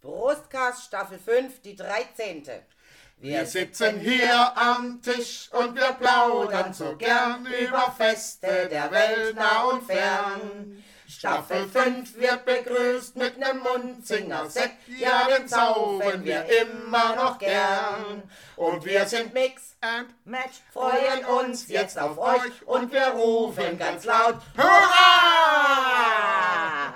Brustkast Staffel 5, die 13. Wir sitzen hier am Tisch und wir plaudern so gern über Feste der Welt nah und fern. Staffel 5 wird begrüßt mit nem Mundsinger Sekt, ja den saufen wir immer noch gern. Und wir sind Mix and Match, freuen uns jetzt auf euch und wir rufen ganz laut Hurra! Ah!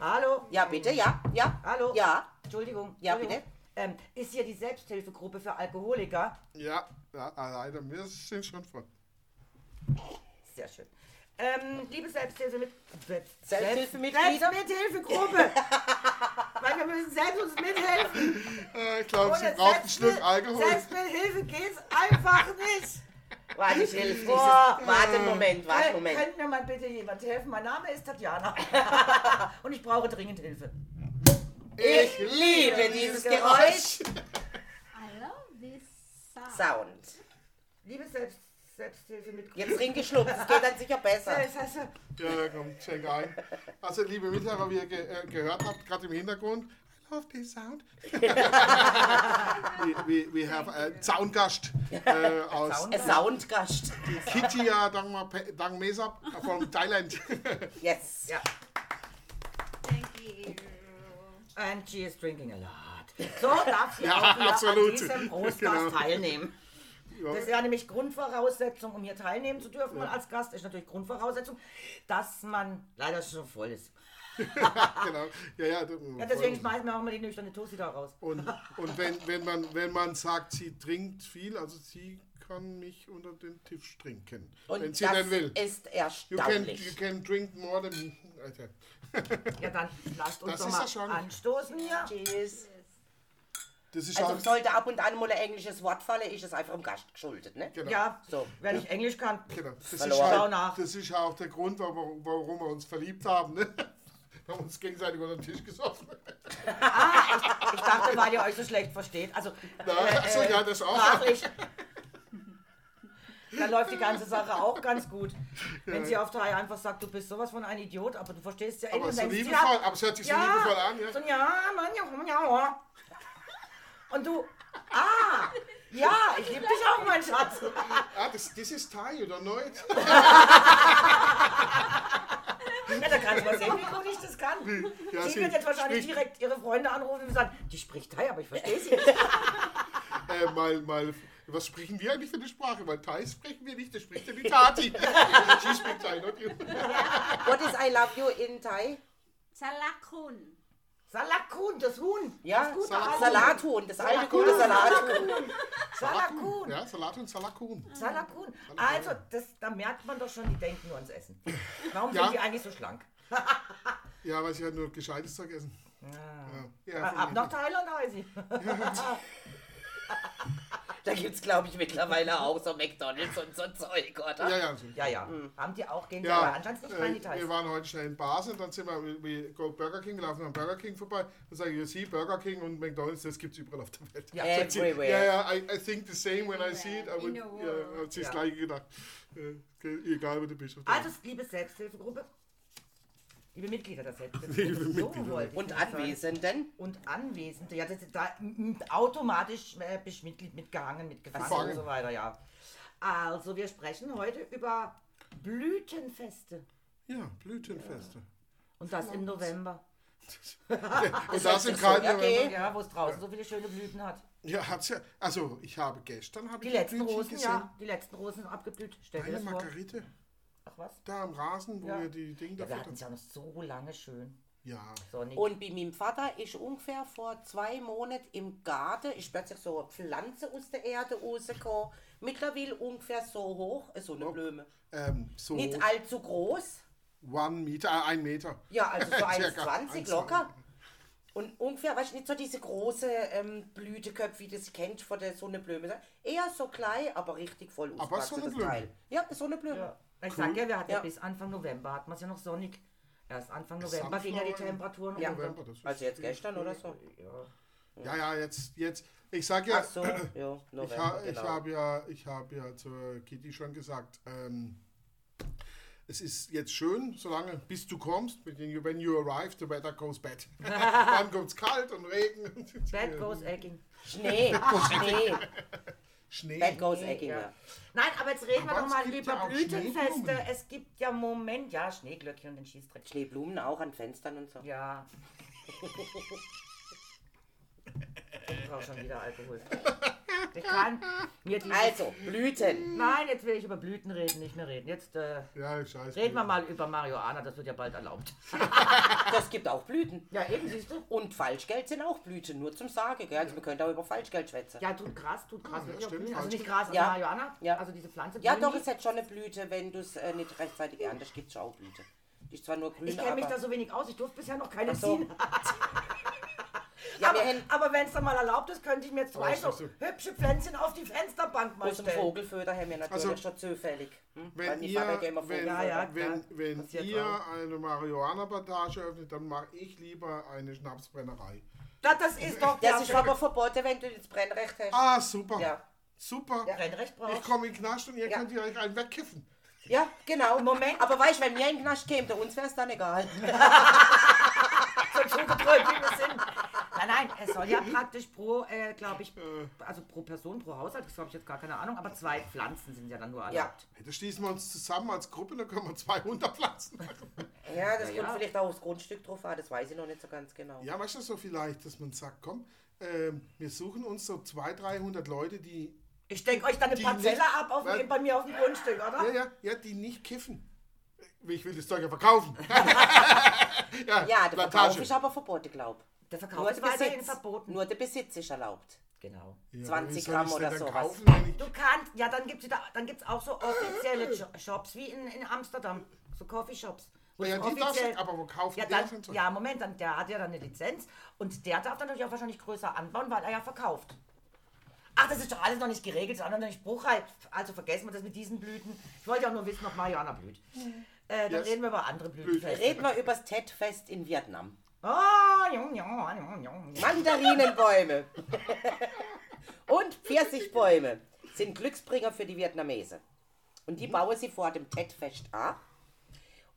Hallo? Ja, bitte, ja, ja, Hallo? ja. Entschuldigung. Ja, Entschuldigung. Ähm, ist hier die Selbsthilfegruppe für Alkoholiker? Ja, ja, ah, leider, wir sind schon voll. Sehr schön. Ähm, liebe Selbsthilfe mit Selbst Selbsthilfemitglieder? Selbsthilfegruppe. Weil wir müssen selbst uns mithelfen. Äh, ich glaube, sie Ohne braucht ein Selbstmil- Stück Alkohol. Selbstmithilfe geht's einfach nicht. Warte, ich helfe dieses. Boah. Warte, Moment, warte, Kön- Moment. Könnt mir mal bitte jemand helfen? Mein Name ist Tatjana. Und ich brauche dringend Hilfe. Ich liebe dieses Geräusch. I love this sound. Sound. Liebe Selbst Selbsthilfe mit Jetzt ring geschluckt, es geht dann sicher besser. Das heißt, äh, Ja, komm, check ein. Also, liebe Mithörer, wie ihr ge äh, gehört habt, gerade im Hintergrund, I love this sound. we, we, we have a Soundgast äh, aus A Soundgast. Kittia Dangma Pe- Dangmesa von Thailand. Yes. ja. Thank you. And she is drinking a lot. So darf sie Ja, auch wieder absolut. an diesem Prostgast Genau. teilnehmen. Ja. Das ist ja nämlich Grundvoraussetzung, um hier teilnehmen zu dürfen. Und als Gast ist natürlich Grundvoraussetzung, dass man leider schon voll ist. genau. Ja, ja, Ja, deswegen schmeißen wir auch mal die nüchterne Tosi da raus. Und, und wenn, wenn, man, wenn man sagt, sie trinkt viel, also sie kann mich unter den Tisch trinken, Und wenn sie das denn will. ist You can, you erstaunlich. can drink more than me. Okay. Ja, dann lasst uns Das ist ja doch schon- mal anstoßen hier. Cheers. Das ist Also auch- sollte ab und an mal ein englisches Wort fallen, ist es einfach im Gast geschuldet, ne? genau. Ja, So. wer nicht Englisch kann. Genau. Das ist, Verloren. Schau halt, nach. das ist ja auch der Grund, warum, warum wir uns verliebt haben. Ne? Wir haben uns gegenseitig unter den Tisch gesoffen. Ich dachte, weil ihr euch so schlecht versteht. Also Na, also, ja, das auch. sprachlich. Dann läuft die ganze Sache auch ganz gut. Wenn sie auf Thai einfach sagt, du bist sowas von ein Idiot, aber du verstehst ja eh Aber und so denkst, liebevoll, ja, aber es hört sich so ja, liebevoll an. Ja? so, ja, Mann, ja, hm, ja, ja. Und du, ah, ja, ich liebe dich auch, mein Schatz. Ah, das, das ist Thai, oder nicht? Ja, da kannst du mal sehen, wie gut ich das kann. Ja, sie, sie wird jetzt wahrscheinlich spricht- direkt ihre Freunde anrufen und sagen, die spricht Thai, aber ich verstehe sie nicht. Äh, mal, mal, was sprechen wir eigentlich für eine Sprache? Weil Thai sprechen wir nicht, das spricht ja die Tati. Sie spricht Thai, not you. What is I love you in Thai? Salakun. Salakun, das Huhn. Ja, gute Salat- alte- Salathuhn, das alte Salathuhn. gute Salathuhn. Salakun. Ja, Salat und Salakun. Salakun. Also, das, da merkt man doch schon, die denken nur ans Essen. Warum Ja. sind die eigentlich so schlank? Ja, weil sie halt nur gescheites Zeug essen. Ja, ja, Äh, Ah, Ab finde nach Thailand, Heisi. Da gibt's glaube ich mittlerweile auch so McDonalds und so Zeug, ich. oder? ja, ja. so. Ja, ja. Mhm. Haben die auch, gehen die Ja, aber anscheinend nicht rein, die äh, wir Thais. waren heute schnell in Basel, dann sind wir wir- wir go Burger King, wir laufen am Burger King vorbei und sagen, you see, Burger King und McDonalds, das gibt's überall auf der Welt. Ja. Sagt sie, Everywhere. Ja, ja, I, I think the same when I see it. I In would, the ja, world. hat sie das Ja. gleiche gedacht. Äh, okay, egal, wo du bist. Also, liebe Selbsthilfegruppe, liebe Mitglieder der Selbsthilfegruppe, so wollte ich Und das sagen. Anwesenden? Und Anwesende, ja, das, da m- m- automatisch äh, bist Mitglied mitgehangen, mitgefangen Gefangen. und so weiter, ja. Also, wir sprechen heute über Blütenfeste. Ja, Blütenfeste. Und das im November. Und das im so, kalten ja, okay. November. Ja, wo es draußen so viele schöne Blüten hat. Ja, hat's ja. Also, ich habe gestern habe Die ich letzten Blümchen Rosen, gesehen. ja, die letzten Rosen sind abgeblüht. Stell dir Eine das vor. Margarite Ach was? da am Rasen, wo Ja. wir die Dinge Ja, da wir hatten füttern. es ja noch so lange schön. Ja. Sonnig. Und bei meinem Vater ist ungefähr vor zwei Monaten im Garten, ist plötzlich so eine Pflanze aus der Erde rausgekommen. Mittlerweile ungefähr so hoch, äh, so Oh. eine Blume. Ähm, so Nicht allzu groß. one Meter, äh, ein Meter. Ja, also so Circa 1,20 1,20. locker. Und ungefähr, weißt du, nicht so diese große ähm, Blüteköpfe, wie das kennt von der Sonnenblume. Eher so klein, aber richtig voll Aber ausgewachsen, das Sonnenblume. Teil. Ja, Sonnenblume. ja. Ich sag ja, wir hatten Ja. bis Anfang November, hatten wir es ja noch sonnig. Erst Anfang November Sunflower gingen ja die im Temperaturen Ja. runter. November, das ist Also jetzt gestern oder so. Ja, ja, jetzt, jetzt. Ich sag ja, Ach so, ja, ich, ha, November, ich genau. habe ja, ich habe ja zur Kitty schon gesagt, ähm, es ist jetzt schön, solange bis du kommst. When you when you arrive, the weather goes bad. Dann kommt's kalt und Regen und Bad goes egging. Schnee, Schnee. Schnee. Bad goes egging. ja. Nein, aber jetzt reden Aber wir doch es mal gibt über ja auch Blütenfeste. Schneeblumen. Es gibt ja Moment, ja, Schneeglöckchen und den Schießtritt. Schneeblumen auch an Fenstern und so. Ja. Ich brauche schon wieder Alkohol. Ich kann mir die. Also, Blüten. Nein, jetzt will ich über Blüten reden, nicht mehr reden. Jetzt äh, Ja, scheiße. reden wir mal über Marihuana, das wird ja bald erlaubt. Das gibt auch Blüten. Ja, eben, siehst du? Und Falschgeld sind auch Blüten, nur zum Sagen. Gell? Also, wir können auch über Falschgeld schwätzen. Ja, Ja, tut Gras, tut Gras. wirklich auch stimmt, blühen. also falsch. nicht Gras, also Ja. Marihuana. Ja. Also diese Pflanze. blühen doch, die. ist jetzt schon eine Blüte, wenn du es äh, nicht rechtzeitig erntest, gibt es schon auch Blüte. Die ist zwar nur grün, Ich kenne aber... mich da so wenig aus, ich durfte bisher noch keine Ach so. ziehen. ja, aber wir hätten aber wenn es dann mal erlaubt ist, könnte ich mir zwei Aber so es ist hübsche Pflänzchen auf die Fensterbank mal aus dem stellen. Vogelföder haben wir natürlich Also, schon zufällig. Hm? Weil Wenn die ihr, Pfarrer gehen immer wenn, Vogelföder. Ja, ja, wenn, klar. wenn Passiert ihr auch. eine Marihuana-Plantage öffnet, dann mache ich lieber eine Schnapsbrennerei. Das, das ist doch Das ist aber verboten, wenn du jetzt Brennrecht hast. Ah, super. Ja. Super. Rennrecht Ich braucht. komme in den Knast und ihr Ja. könnt direkt einen wegkiffen. Ja, genau. Moment. Aber weißt du, wenn mir ein Knast käme, uns wäre es dann egal. so getrollt, wie wir sind. Nein, nein, es soll ja praktisch pro, äh, glaube ich, also pro Person, pro Haushalt, das habe ich jetzt gar keine Ahnung, aber zwei Pflanzen sind ja dann nur Ja. erlaubt. Da schließen wir uns zusammen als Gruppe, dann können wir 200 Pflanzen machen. Ja, das kommt ja. vielleicht auch aufs Grundstück drauf an, das weiß ich noch nicht so ganz genau. Ja, weißt du, so vielleicht, dass man sagt, komm, ähm, wir suchen uns so 200, 300 Leute, die, Ich denke euch dann eine Die Parzelle nicht- ab auf, Weil- bei mir auf dem Grundstück, ja, oder? ja, ja, die nicht kiffen. Äh, Ich will das Zeug ja verkaufen. Ja, der ja, Verkauf Plantage. ist aber verboten, glaube Der ich. Verkauf ist der weiterhin Besitz. verboten. Nur der Besitz ist erlaubt. Genau. Ja, 20 wie soll ich's Gramm denn oder dann sowas. Kaufen, wenn ich, Du kannst, ja, dann gibt es da, dann gibt's auch so offizielle Jo- Shops wie in, in Amsterdam, so Coffeeshops. wo ja, es die darfst du, aber wo kauft ja, der dann, sein Zeug? ja, Moment, dann, der hat ja dann eine Lizenz und der darf dann natürlich auch wahrscheinlich größer anbauen, weil er ja verkauft. Ach, das ist doch alles noch nicht geregelt, das ist auch noch nicht spruchreif. Also vergessen wir das mit diesen Blüten. Ich wollte ja auch nur wissen, ob Marihuana blüht. Äh, dann Yes. reden wir über andere Blütenfeste. Reden wir über das TED-Fest in Vietnam. Oh, jung, jung, jung, jung. Mandarinenbäume und Pfirsichbäume sind Glücksbringer für die Vietnamesen. Und die bauen sie vor dem Tet-Fest an.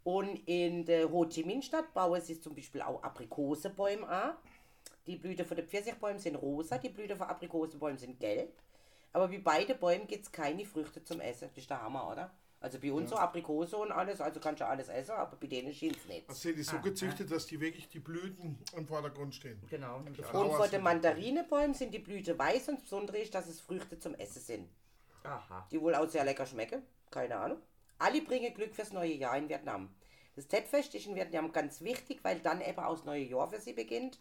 Und in der Ho Chi Minh-Stadt bauen sie zum Beispiel auch Aprikosenbäume an. Die Blüte von den Pfirsichbäumen sind rosa, die Blüte von Aprikosenbäumen sind gelb. Aber wie beide Bäume gibt es keine Früchte zum Essen. Das ist der Hammer, oder? Also bei uns so Aprikose und alles, also kannst du alles essen, aber bei denen schien es nicht. Also sind die so gezüchtet, dass die wirklich die Blüten im Vordergrund stehen. Genau, nehme ich auch. Und Flowers vor den sind- Mandarinenbäumen sind die Blüte weiß und das Besondere ist, dass es Früchte zum Essen sind, Aha. die wohl auch sehr lecker schmecken. Keine Ahnung. Alle bringen Glück fürs neue Jahr in Vietnam. Das Tet-Fest ist in Vietnam ganz wichtig, weil dann eben auch das neue Jahr für sie beginnt.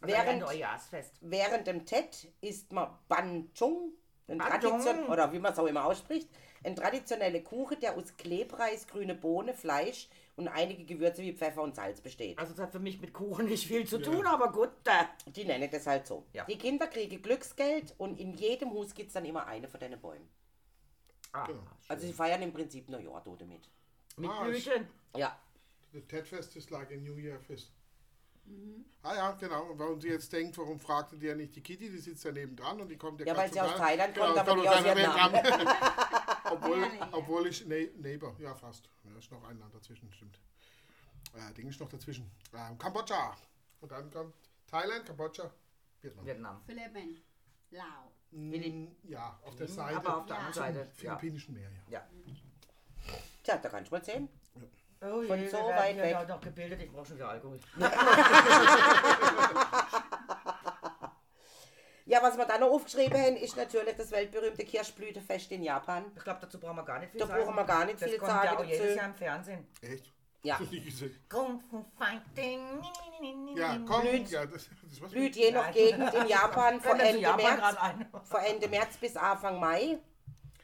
Während Während- Neujahrsfest. Während dem Tet isst man Ban Chung, ein Ban Tradition, Chung. oder wie man es auch immer ausspricht, ein traditioneller Kuchen, der aus Klebreis, grüne Bohne, Fleisch und einige Gewürze wie Pfeffer und Salz besteht. Also das hat für mich mit Kuchen nicht viel zu tun, aber gut. Äh. Die nennen das halt so. Ja. Die Kinder kriegen Glücksgeld und in jedem Haus gibt es dann immer eine von den Bäumen. Ah, Genau. Also sie feiern im Prinzip Neujahr damit. mit Ah, ich- Blüten. Ja. The Ted Fest ist like a New Year Fest. Mhm. Ah ja, genau. Und warum sie jetzt denkt, warum fragte die ja nicht die Kitty, die sitzt ja nebendran und die kommt ja Ja, ganz weil sie aus von Thailand Genau, kommt, aber die aus Vietnam. obwohl, Ja, ja. obwohl ich nee, Neighbor, ja fast. Da ist noch ein Land dazwischen, stimmt. Äh, Ding ist noch dazwischen. Ähm, Kambodscha. Und dann kommt Thailand, Kambodscha, Vietnam. Vietnam. Philippinen. Lao. Mm, ja, auf Mhm. der Seite. Aber auf der Ja. anderen zum Seite. Ja. philippinischen Meer, ja. ja. Tja, da kannst du mal sehen. Oh, Von je, so wir werden weit hier weg. Noch, noch gebildet, ich brauche schon wieder Alkohol. Ja, was wir da noch aufgeschrieben haben, ist natürlich das weltberühmte Kirschblütefest in Japan. Ich glaube, dazu brauchen wir gar nicht viel Da sagen. brauchen wir gar nicht das viel kommt sagen ja auch jedes dazu. Jahr im Fernsehen. Echt? Ja. Hast du nie gesehen? Kung Fu Fighting. ni, ni, ni, ni, Ja, ni. komm. Ja, das, das was Blüht je nach Nein. Gegend in Japan vor Fällt mir zu Ende, Japan März, gerade ein. vor Ende März bis Anfang Mai.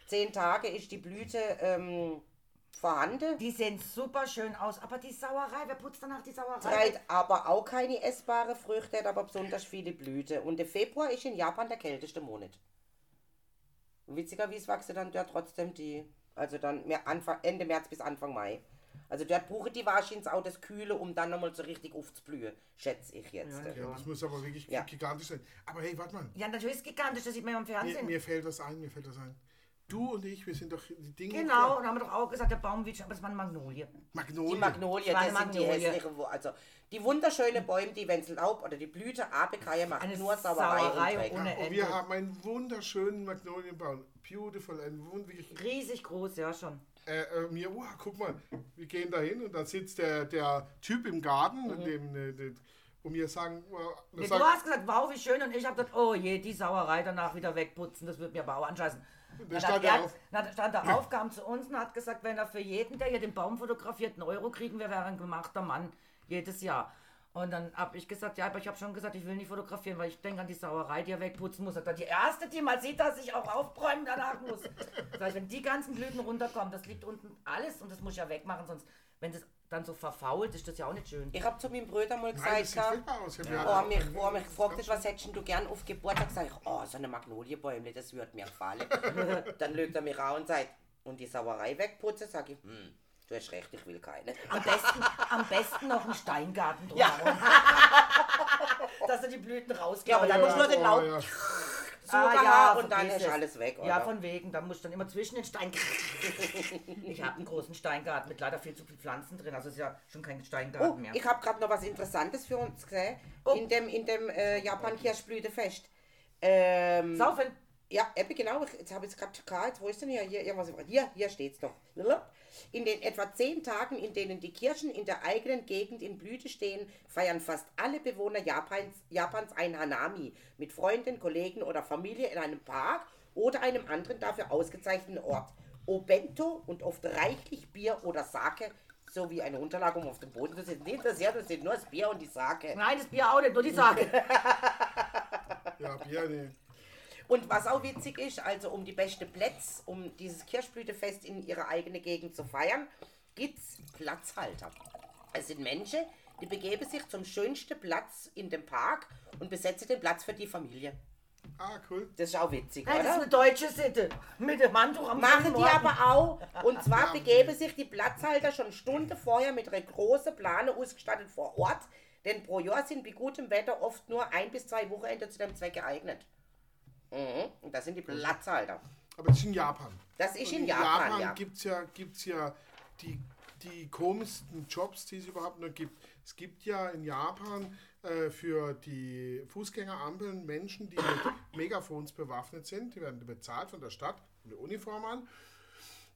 Zehn Tage ist die Blüte ähm, vorhanden. Die sehen super schön aus, aber die Sauerei, wer putzt danach die Sauerei? Treibt aber auch keine essbare Früchte, hat aber besonders viele Blüte. Und der Februar ist in Japan der kälteste Monat. Witzigerweise wachsen dann dort trotzdem die, also dann mehr Anfang, Ende März bis Anfang Mai. Also dort brauchen die wahrscheinlich auch das Kühle, um dann nochmal so richtig aufzublühen, schätze ich jetzt. Ja, das muss aber wirklich Ja. gigantisch sein. Aber hey, warte mal. Ja, natürlich ist es gigantisch, das sieht man ja im Fernsehen. Mir, mir fällt was ein, mir fällt was ein. Du und ich, wir sind doch die Dinge. Genau, und haben wir doch auch gesagt, der Baumwitsch, aber das war eine Magnolie. Magnolie. Die Magnolie, Zwei das sind die Magnolie. hässlichen, wo- also die wunderschöne Bäume, die wenn sie Laub oder die Blüte abekeilen, macht Eine nur Sauerei, Sauerei und Dreck. ohne- und Ende. wir haben einen wunderschönen Magnolienbaum. Beautiful, einen wund- wirklich Riesig groß, ja schon. äh, äh, mir, oh, guck mal, wir gehen da hin und da sitzt der, der Typ im Garten Mhm. und, dem, äh, dem, und wir sagen, äh, wow, wir Nee, du sagen- hast gesagt, wow, wie schön. Und ich habe gesagt, oh je, die Sauerei danach wieder wegputzen, das wird mir aber auch anscheißen. Dann stand hat er er, auf. dann stand er auf, kam zu uns und hat gesagt, wenn er für jeden, der hier den Baum fotografiert, einen Euro kriegen wir, wäre ein gemachter Mann jedes Jahr. Und dann habe ich gesagt, ja, aber ich habe schon gesagt, ich will nicht fotografieren, weil ich denke an die Sauerei, die er wegputzen muss. Hat er die erste, die mal sieht, dass ich auch aufräumen danach muss. Sag ich, wenn die ganzen Blüten runterkommen, das liegt unten alles und das muss ich ja wegmachen, sonst, wenn das dann so verfault, ist das ja auch nicht schön. Ich habe zu meinem Bruder mal Nein, das gesagt, sieht furchtbar aus. Ja, wir wo er haben- mich, wo er mich gefragt hat, was hättest du gern auf Geburtstag, sage ich, oh, so eine Magnolienbäumle, das würde mir gefallen. Dann lügt er mich an und sagt, und die Sauerei wegputzen, sage ich, hm, du hast recht, ich will keine. Am besten, am besten noch einen Steingarten drumherum. Dass er die Blüten rausgeht. Ja, aber dann Ja, musst du nur den oh, Laub ja. suchen ah, ja, und dann ist alles weg, oder? Ja, von wegen. Dann muss ich dann immer zwischen den Steinen. ich habe einen großen Steingarten mit leider viel zu viel Pflanzen drin. Also ist ja schon kein Steingarten Oh, mehr. ich habe gerade noch was Interessantes für uns gesehen. Oh. In dem, in dem äh, Japan-Kirschblütefest. Ähm, Saufen. Ja, eben genau. Ich, jetzt habe ich es gerade gehabt. Wo ist denn hier? Hier, irgendwas, hier, hier steht es doch. Lala. In den etwa zehn Tagen, in denen die Kirschen in der eigenen Gegend in Blüte stehen, feiern fast alle Bewohner Japans, Japans ein Hanami mit Freunden, Kollegen oder Familie in einem Park oder einem anderen dafür ausgezeichneten Ort. Obento und oft reichlich Bier oder Sake sowie eine Unterlage, um auf dem Boden zu sitzen. Nicht interessiert uns sind nur das Bier und die Sake. Nein, das Bier auch nicht, nur die Sage. Ja, Bier, nee. Und was auch witzig ist, also um die beste Plätze, um dieses Kirschblütefest in ihre eigene Gegend zu feiern, gibt's Platzhalter. Es sind Menschen, die begeben sich zum schönsten Platz in dem Park und besetzen den Platz für die Familie. Ah, cool. Das ist auch witzig, Nein, das ist oder? eine deutsche Sitte. Mit dem Handtuch am Machen die Morgen. aber auch. Und zwar begeben sich die Platzhalter schon Stunde vorher mit einer großen Plane ausgestattet vor Ort, denn pro Jahr sind bei gutem Wetter oft nur ein bis zwei Wochenende zu dem Zweck geeignet. Mhm. Und das sind die Platzhalter. Aber das ist in Japan. Das ist Und in Japan, ja. gibt's ja, gibt's ja die, die komischsten Jobs, die es überhaupt noch gibt. Es gibt ja in Japan äh, für die Fußgängerampeln Menschen, die mit Megafons bewaffnet sind. Die werden bezahlt von der Stadt, haben eine Uniform an.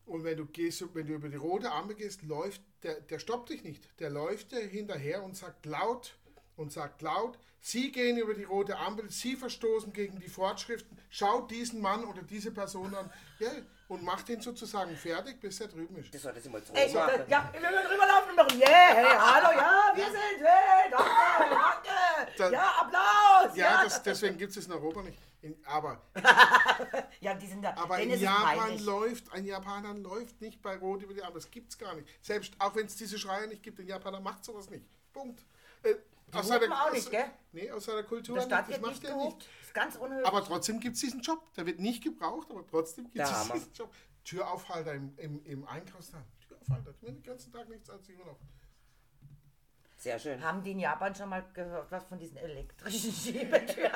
Und wenn du, gehst, wenn du über die rote Ampel gehst, läuft der, der stoppt dich nicht. Der läuft dir hinterher und sagt laut und sagt laut, Sie gehen über die rote Ampel, Sie verstoßen gegen die Vorschriften, schaut diesen Mann oder diese Person an ja, und macht ihn sozusagen fertig, bis er drüben ist. Das sollte sie mal zu Ey, Hause ja, machen. ja, wir können rüberlaufen und machen, yeah, hey, hallo, ja, wir sind, hey, danke, Da- danke, ja, Applaus, ja. Ja, das, deswegen gibt es in Europa nicht. In, aber Ja, die sind da. aber denen in ist es Japan peinlich. läuft, ein Japaner läuft nicht bei Rot über die Ampel. Das gibt's gar nicht. Selbst auch wenn es diese Schreie nicht gibt, ein Japaner macht sowas nicht. Punkt. Äh, aus hupen auch nicht, aus- gell? Nee, aus seiner Kultur. In der Stadt nicht, wird nicht gehupt. Ist ganz unhöflich. Aber trotzdem gibt es diesen Job. Der wird nicht gebraucht, aber trotzdem gibt Da es haben wir. diesen Job. Türaufhalter im, im, im Einkaufsland. Türaufhalter. Die machen den ganzen Tag nichts als Urlaub. Sehr schön. Haben die in Japan schon mal gehört, was von diesen elektrischen Schiebetüren?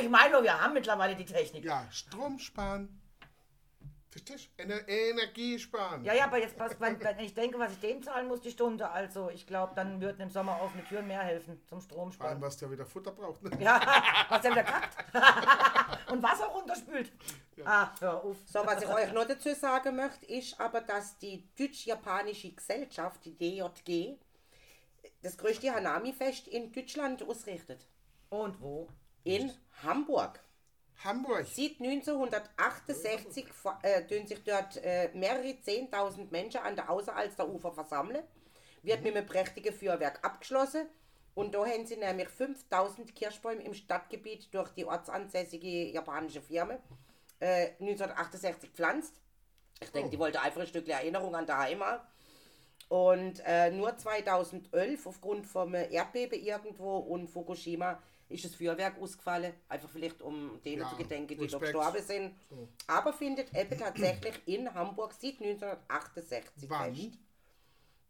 ich meine, wir haben mittlerweile die Technik. Ja, Strom sparen. Verstehst du? Ener Energie sparen. Ja, ja, aber jetzt passt, wenn, wenn ich denke, was ich dem zahlen muss, die Stunde, also ich glaube, dann würden im Sommer offene Türen mehr helfen Vor zum allem, Stromsparen. was der wieder Futter braucht. Ne? Ja, was der wieder kackt. Und Wasser runterspült. Ach, hör auf. So, was ich euch noch dazu sagen möchte, ist aber, dass die deutsch-japanische Gesellschaft, die DJG, das größte Hanami-Fest in Deutschland ausrichtet. Und wo? In Hamburg. Hamburg. Seit 1968 ver- äh, tun sich dort äh, mehrere 10.000 Menschen an der Außeralster Ufer versammeln, wird mit einem prächtigen Feuerwerk abgeschlossen und da haben sie nämlich 5.000 Kirschbäume im Stadtgebiet durch die ortsansässige japanische Firma äh, 1968 pflanzt. Ich denke, Oh. die wollte einfach ein Stück Erinnerung an die Heimat. Und äh, nur 2011, aufgrund vom äh, Erdbeben irgendwo und Fukushima, ist das Feuerwerk ausgefallen. Einfach vielleicht, um denen Ja, zu gedenken, die da Respekt. gestorben sind. Aber findet eben tatsächlich in Hamburg seit 1968 fest. Wann?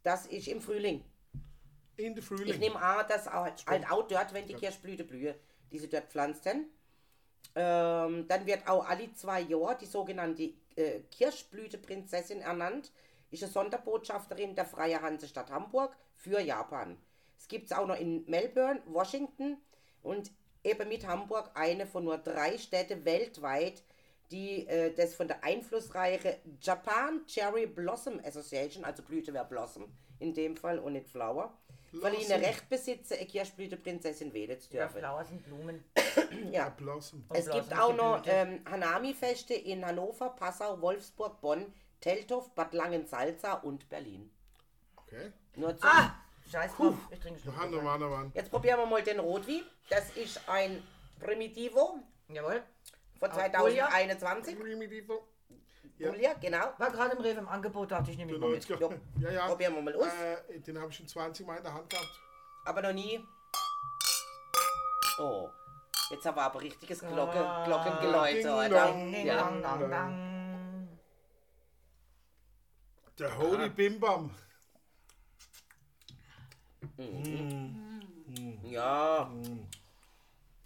Das ist im Frühling. In the Frühling. Ich nehme an, dass auch, halt auch dort, wenn die Kirschblüte blühe, die sie dort pflanzten, Ähm, dann wird auch alle zwei Jahre die sogenannte äh, Kirschblüteprinzessin ernannt. Ist eine Sonderbotschafterin der Freien Hansestadt Hamburg für Japan. Es gibt es auch noch in Melbourne, Washington und eben mit Hamburg eine von nur drei Städten weltweit, die äh, das von der einflussreichen Japan Cherry Blossom Association, also Blüte wäre Blossom in dem Fall und nicht Flower, verliehene Recht besitzen, eine Kirschblüteprinzessin wählen zu Ja, dürfen. Flowers sind Blumen. Ja. Blossom. Es Blasen, gibt auch die noch Blüte. ähm, Hanami-Feste in Hannover, Passau, Wolfsburg, Bonn, Teltow, Bad Langensalza und Berlin. Okay. Nur zum Ah! Scheiß drauf, ich trinke schon. Johanna, Johanna, Johanna. Jetzt probieren wir mal den Rotwein. Das ist ein Primitivo Jawohl. von Ah, 2021. ja. Julia, genau. War gerade im Rewe im Angebot, dachte ich Genau, nämlich mal mit. Jo. Ja, ja. Probieren wir mal aus. Äh, den habe ich schon 20 Mal in der Hand gehabt. Aber noch nie. Oh, jetzt haben wir aber richtiges Glocke, Ah, Glockengeläut. ding Oder? dong. Ding, Ja. dong, dong, dong. Der Holy Bim Bam. ja,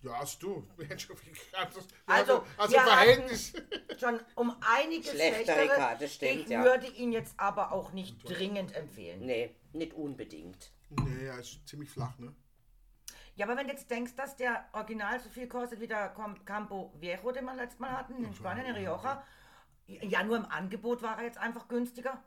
Ja, hast du. Mensch, wie krass das- Also, also wir Verhältnis. Schon um einiges Schlechtere Karte, stimmt, Ich ja. würde ihn jetzt aber auch nicht dringend empfehlen. nee, nicht unbedingt. Nee, ja, ist ziemlich flach, ne? Ja, aber wenn du jetzt denkst, dass der Original so viel kostet wie der Com- Campo Viejo, den wir letztes Mal hatten, in Spanien, in Rioja, ja, nur im Angebot war er jetzt einfach günstiger,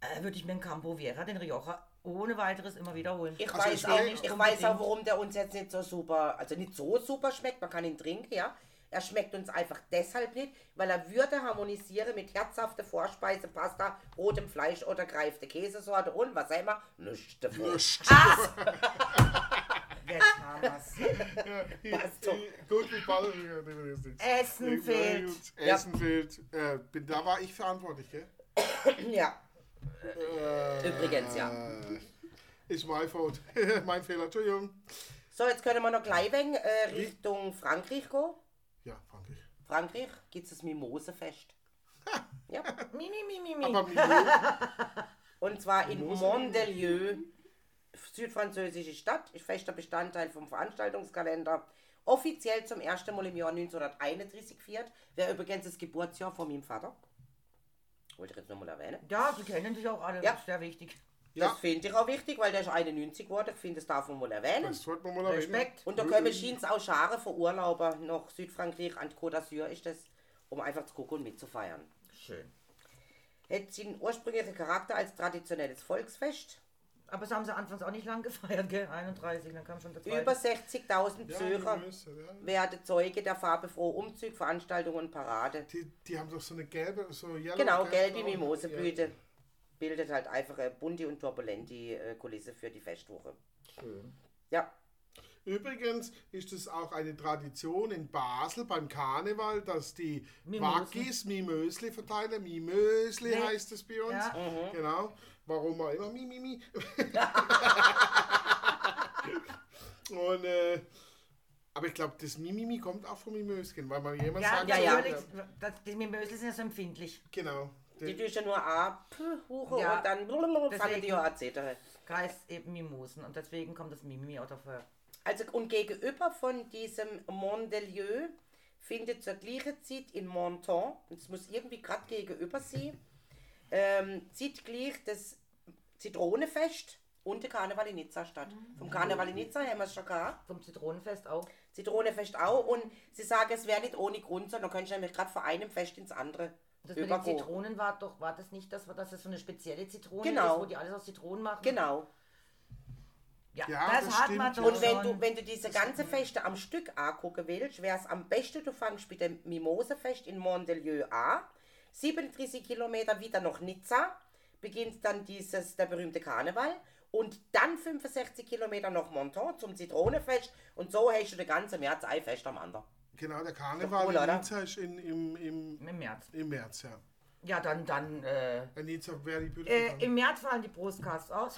äh, würde ich mir den Campo Viejo, den Rioja, ohne weiteres immer wiederholen. Ich Also weiß ich auch will- nicht, ich unbedingt. weiß auch, warum der uns jetzt nicht so super, also nicht so super schmeckt. Man kann ihn trinken, ja. Er schmeckt uns einfach deshalb nicht, weil er würde harmonisieren mit herzhafter Vorspeise, Pasta, rotem Fleisch oder greifte Käsesorte und was auch immer, nichts davon. Ah! Jetzt haben wir's. Passt doch. Gut, ich baue. ja, nee, nee, ist nichts. Essen Nee, fehlt. gut. Essen fehlt. Äh, bin, da war ich verantwortlich, gell? Ja, Äh, übrigens, ja. Ist my fault. mein Fehler, Entschuldigung. So, jetzt können wir noch gleich weg, äh, Richtung Frankreich gehen. Ja, Frankreich. Frankreich gibt es das Mimosefest. Ja. Mi, mi, mi, mi, mi. Aber Milo, Und zwar in Mondelieu, südfranzösische Stadt, ist fester Bestandteil vom Veranstaltungskalender. Offiziell zum ersten Mal im Jahr 1931 feiert, wäre übrigens das Geburtsjahr von meinem Vater. Wollte ich jetzt nochmal erwähnen. Ja, sie kennen sich auch alle, Ja. das ist sehr wichtig. Ja. Das finde ich auch wichtig, weil der ist 91 geworden. Ich finde, das darf man mal erwähnen. das sollte man mal erwähnen. Respekt. Und da kommen schien's auch Scharen von Urlaubern nach Südfrankreich, an die Côte d'Azur ist das, um einfach zu gucken und mitzufeiern. Schön. Hätte seinen ursprünglichen Charakter als traditionelles Volksfest. Aber das haben sie anfangs auch nicht lang gefeiert, gell? 31, dann kam schon der zweite. Über 60.000 Ja, Zürcher die müssen, ja. werde Zeuge der farbefrohe Umzug, Veranstaltungen und Parade. Die, die haben doch so eine gelbe, so Oh, yellow, Genau, gelb, gelbe blau. Mimoseblüte Ja. bildet halt einfach eine bunte und turbulente äh, Kulisse für die Festwoche. Ja, Übrigens ist es auch eine Tradition in Basel beim Karneval, dass die Mimosen. Wackis Mimösli verteilen. Mimösli Nee. heißt es bei uns. Ja. Genau. Warum auch immer Mimimi. Und, äh, aber ich glaube, das Mimimi kommt auch vom Mimöschen, weil man jemand Ja, sagt, ja, ja. ja. Das, die Mimösel sind ja so empfindlich. genau. die tust ja nur A, P, Hure Äh. Ja, und dann fangen deswegen. die ja etc. Kreis eben Mimosen und deswegen kommt das Mimimi auch dafür. Also und gegenüber von diesem Mondelieu findet zur gleichen Zeit in Monton, das muss irgendwie gerade gegenüber sein, ähm, zeitgleich das Zitronenfest und der Karneval in Nizza statt. Vom Karneval in Nizza haben wir es schon gehabt. Zum Zitronenfest auch. Zitronenfest auch und sie sagen, es wäre nicht ohne Grund, sondern könntest nämlich gerade von einem Fest ins andere Das mit den übergehen. Zitronen war doch, war das nicht, dass, dass das so eine spezielle Zitrone Genau. ist, wo die alles aus Zitronen machen? Genau. Ja, Ja, das, das hat stimmt, man ja. doch Und wenn schon. du, wenn du diese ganze Feste am Stück angucken willst, wäre es am besten, du fängst mit dem Mimosefest in Mondelieu an. 37 Kilometer wieder nach Nizza beginnt dann dieses, der berühmte Karneval. Und dann 65 Kilometer nach Monton zum Zitronenfest. Und so hast du den ganzen März ein Fest am anderen. Genau, der Karneval cool, in oder? Nizza ist in, im, im, Im März. im März, ja. Ja, dann, dann, äh, In Nizza wäre die Bühne. äh, Im März fallen die Brustcasts aus.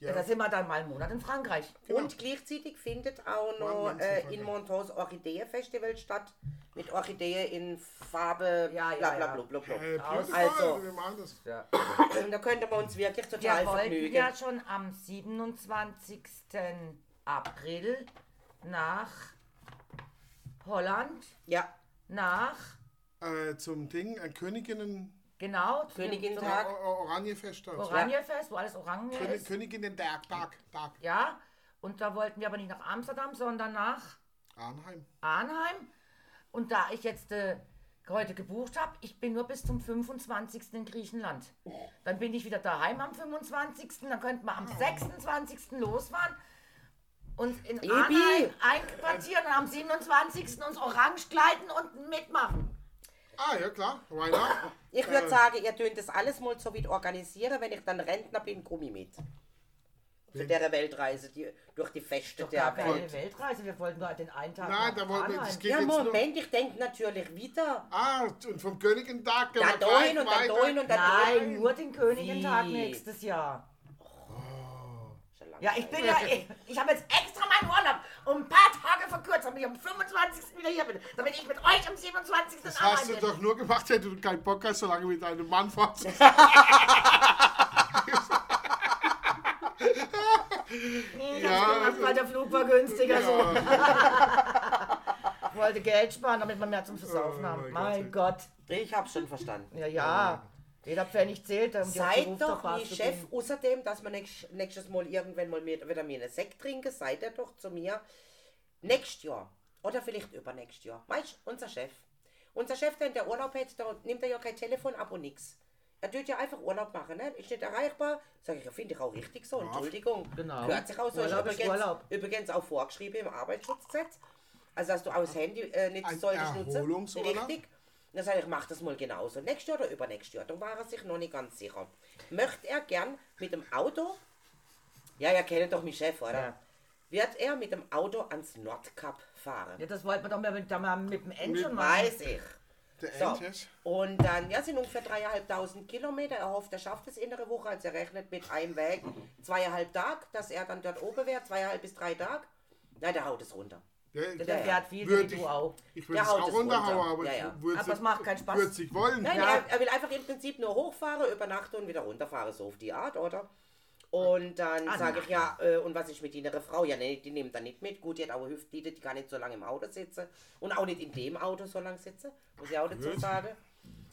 ja. Da sind wir dann mal einen Monat in Frankreich. Und gleichzeitig findet auch noch Mann, äh, Mann, in Mann. Montons Orchidee-Festival statt. Mit Orchidee in Farbe. Ja, ja, bla, bla, ja. bla, bla, bla. Äh, Beautiful, Also. wir machen das. Ja. Da könnte man uns wirklich Wir total wollten vergnügen. ja schon am 27. April nach Holland Ja, nach, Äh, zum Ding, ein Königinnen, genau, zu dem- zum O- Königin-Tag. O- Oranjefest. da. Oranjefest, wo alles Orange König- ist. Königinnen Tag, Tag, Tag. Ja, und da wollten wir aber nicht nach Amsterdam, sondern nach Arnheim. Arnheim. Und da ich jetzt äh, heute gebucht habe, ich bin nur bis zum 25. in Griechenland. Dann bin ich wieder daheim am 25. Dann könnten wir am 26. losfahren und in Ebi! Arnheim einquartieren und am 27. uns orange kleiden und mitmachen. Ah, ja, klar. Why not? Äh, Ich würde sagen, ihr tönt das alles mal so weit organisieren, wenn ich dann Rentner bin, komme ich mit. Hm. Zu der Weltreise, die, durch die Feste Doch gar der Welt. keine Weltreise, wir wollten nur den einen Tag Nein, nach da wollten wir Arnheim. das geht Ja, jetzt nur. Moment, ich denke natürlich wieder. Ah, und vom Königinnen Tag gehen Da wir gleich dahin und da weiter. dahin und da Nein, dahin. nur den Königentag Wie? nächstes Jahr. Oh. Schon lange Ja, ich bin Zeit. ja, ich, ich habe jetzt extra meinen Urlaub um ein paar Tage verkürzt, damit ich am 25. wieder hier bin, damit ich mit euch am 27. Das arbeiten hast du bin. doch nur gemacht, wenn du keinen Bock hast, solange du mit deinem Mann fährst. Nee, ich Ja, hab's gemacht, weil der Flug war günstiger. So. Ich wollte Geld sparen, damit wir mehr zum Versaufen Oh haben. mein Mein Gott. Ich habe schon verstanden. Ja, ja. Jeder Pfennig zählt. um die auf den Seid Ruf doch Gas nie zu Chef, gehen. außerdem, dass wir nächst, nächstes Mal irgendwann mal mit, wieder mir einen Sekt trinken, seid ihr doch zu mir nächstes Jahr oder vielleicht übernächstes Jahr. Weißt du, unser Chef. Unser Chef, der in der Urlaub hat, da nimmt er ja kein Telefon ab und nix. Er tut ja einfach Urlaub machen, ne? ist nicht erreichbar. Sag ich, ja, finde ich auch richtig so, Entschuldigung. Genau. Hört sich auch so. Urlaub ist übrigens, Urlaub. übrigens auch vorgeschrieben im Arbeitsschutzgesetz. Also, dass du auch das Handy äh, nicht Ein solltest nutzen. Erholungsurlaub? Richtig. Und dann sage ich, mach das mal genauso. Nächstes Jahr oder übernächstes Jahr. Da war er sich noch nicht ganz sicher. Möchte er gern mit dem Auto, ja, ihr kennt doch mich Chef, oder? Ja. Wird er mit dem Auto ans Nordkap fahren? Ja, das wollten wir doch mal mit, da mal mit dem End schon machen. Weiß ich. Der So. Entisch. Und dann, ja, sind ungefähr dreieinhalbtausend Kilometer. Er hofft, er schafft es innere Woche. Also er rechnet mit einem Weg zweieinhalb Tag, dass er dann dort oben wäre, zweieinhalb bis drei Tag. Nein, der haut es runter. Der, Der Ja, fährt viel, wie Würde du auch. Ich würde Der es haut auch es runter. runterhauen, aber Ja, ich ja. würde Aber es macht keinen Spaß. Würde es nicht wollen. Nein, ja. er, er will einfach im Prinzip nur hochfahren, übernachten und wieder runterfahren, so auf die Art, oder? Und dann Ah, sage ich ja, äh, und was ist mit ihrer Frau? Ja, nee, die nehmen dann nicht mit. Gut, die hat auch Hüftlieder, die kann nicht so lange im Auto sitzen. Und auch nicht in dem Auto so lange sitzen, muss ich auch dazu Blöd. sagen.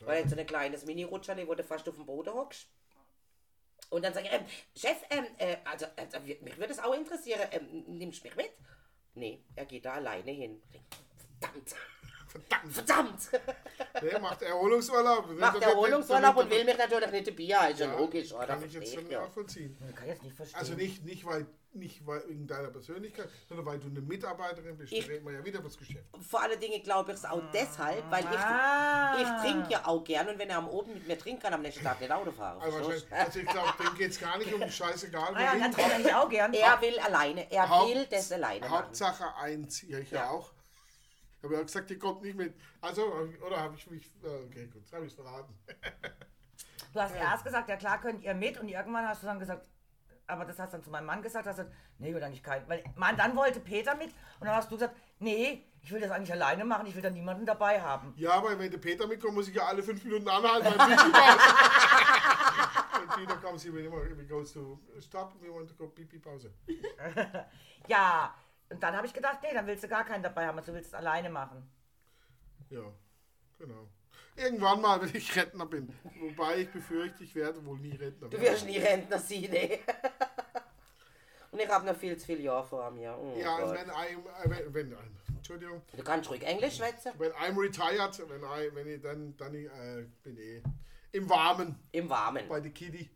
Weil dann so ein kleines Mini-Rutscherli, wo du fast auf dem Boden hockst. Und dann sage ich, ähm, Chef, ähm, äh, also, also mich würde es auch interessieren, ähm, nimmst du mich mit? Nee, er geht da alleine hin. Verdammt, Verdammt. verdammt! Der macht Erholungsurlaub. Macht Erholungsurlaub und will mich natürlich nicht Bier, ist ja, Ja, logisch, oder? Kann ich jetzt Versteh schon ich ja. nachvollziehen. Ich kann jetzt nicht verstehen. Also nicht, nicht, weil, nicht weil wegen deiner Persönlichkeit, sondern weil du eine Mitarbeiterin bist. Ich- da reden wir ja wieder über das Geschäft. Vor allen Dingen glaube ich es auch deshalb, weil ich, Ah. ich trinke ja auch gern und wenn er am Oben mit mir trinkt, kann er am nächsten Tag nicht Auto fahren. Also, verstehst wahrscheinlich- also ich glaube, dem geht es gar nicht um die Scheißegal. Ah Naja, dann wohin. trinke ich auch gern. du? Er will alleine, er Haupt- will das alleine machen. Hauptsache eins, ja, ich ja, Ja. auch. Ich habe ja gesagt, ihr kommt nicht mit. Also, hab ich- oder habe ich mich. äh, Okay, gut, habe ich verraten. Du hast erst gesagt, ja klar könnt ihr mit und irgendwann hast du dann gesagt, aber das hast dann zu meinem Mann gesagt, hast du gesagt, nee, will eigentlich keinen. Weil man, dann wollte Peter mit und dann hast du gesagt, nee, ich will das eigentlich alleine machen, ich will da niemanden dabei haben. Ja, aber wenn der Peter mitkommt, muss ich ja alle fünf Minuten anhalten. weil Pipi Pause. Und Peter kommt, sie will immer, we goes to stop, we want to go Pipi Pause. Ja, und dann habe ich gedacht, nee, dann willst du gar keinen dabei haben, also willst du es alleine machen. Ja, genau. Irgendwann mal, wenn ich Rentner bin. Wobei ich befürchte, ich werde wohl nie Rentner. Du werden. wirst nie Rentner sein, ne? Und ich habe noch viel zu viele Jahre vor mir. Oh Ja, Gott. wenn I'm, äh, wenn, wenn I'm, Entschuldigung, Du kannst ruhig Englisch schwätzen. wenn I'm retired, wenn I, wenn ich dann, dann ich, äh, bin eh im Warmen. Im Warmen. bei der Kitty.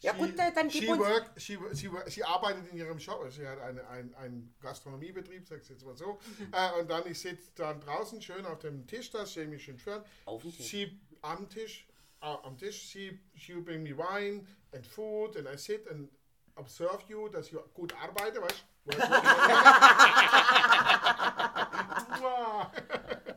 Ja She- gut, äh, dann she gib uns. work, she, wo- she, wo- sie arbeitet in ihrem Shop, also sie hat eine, ein, einen Gastronomiebetrieb, sag's jetzt mal so. Mhm. Äh, und dann, ich sitze dann draußen schön auf dem Tisch da, stehe mich schön fern. Auf dem Tisch. Sie am Tisch, ah, am Tisch, sie, she will bring me wine and food and I sit and observe you, dass ich gut arbeite, weißt du? Wow.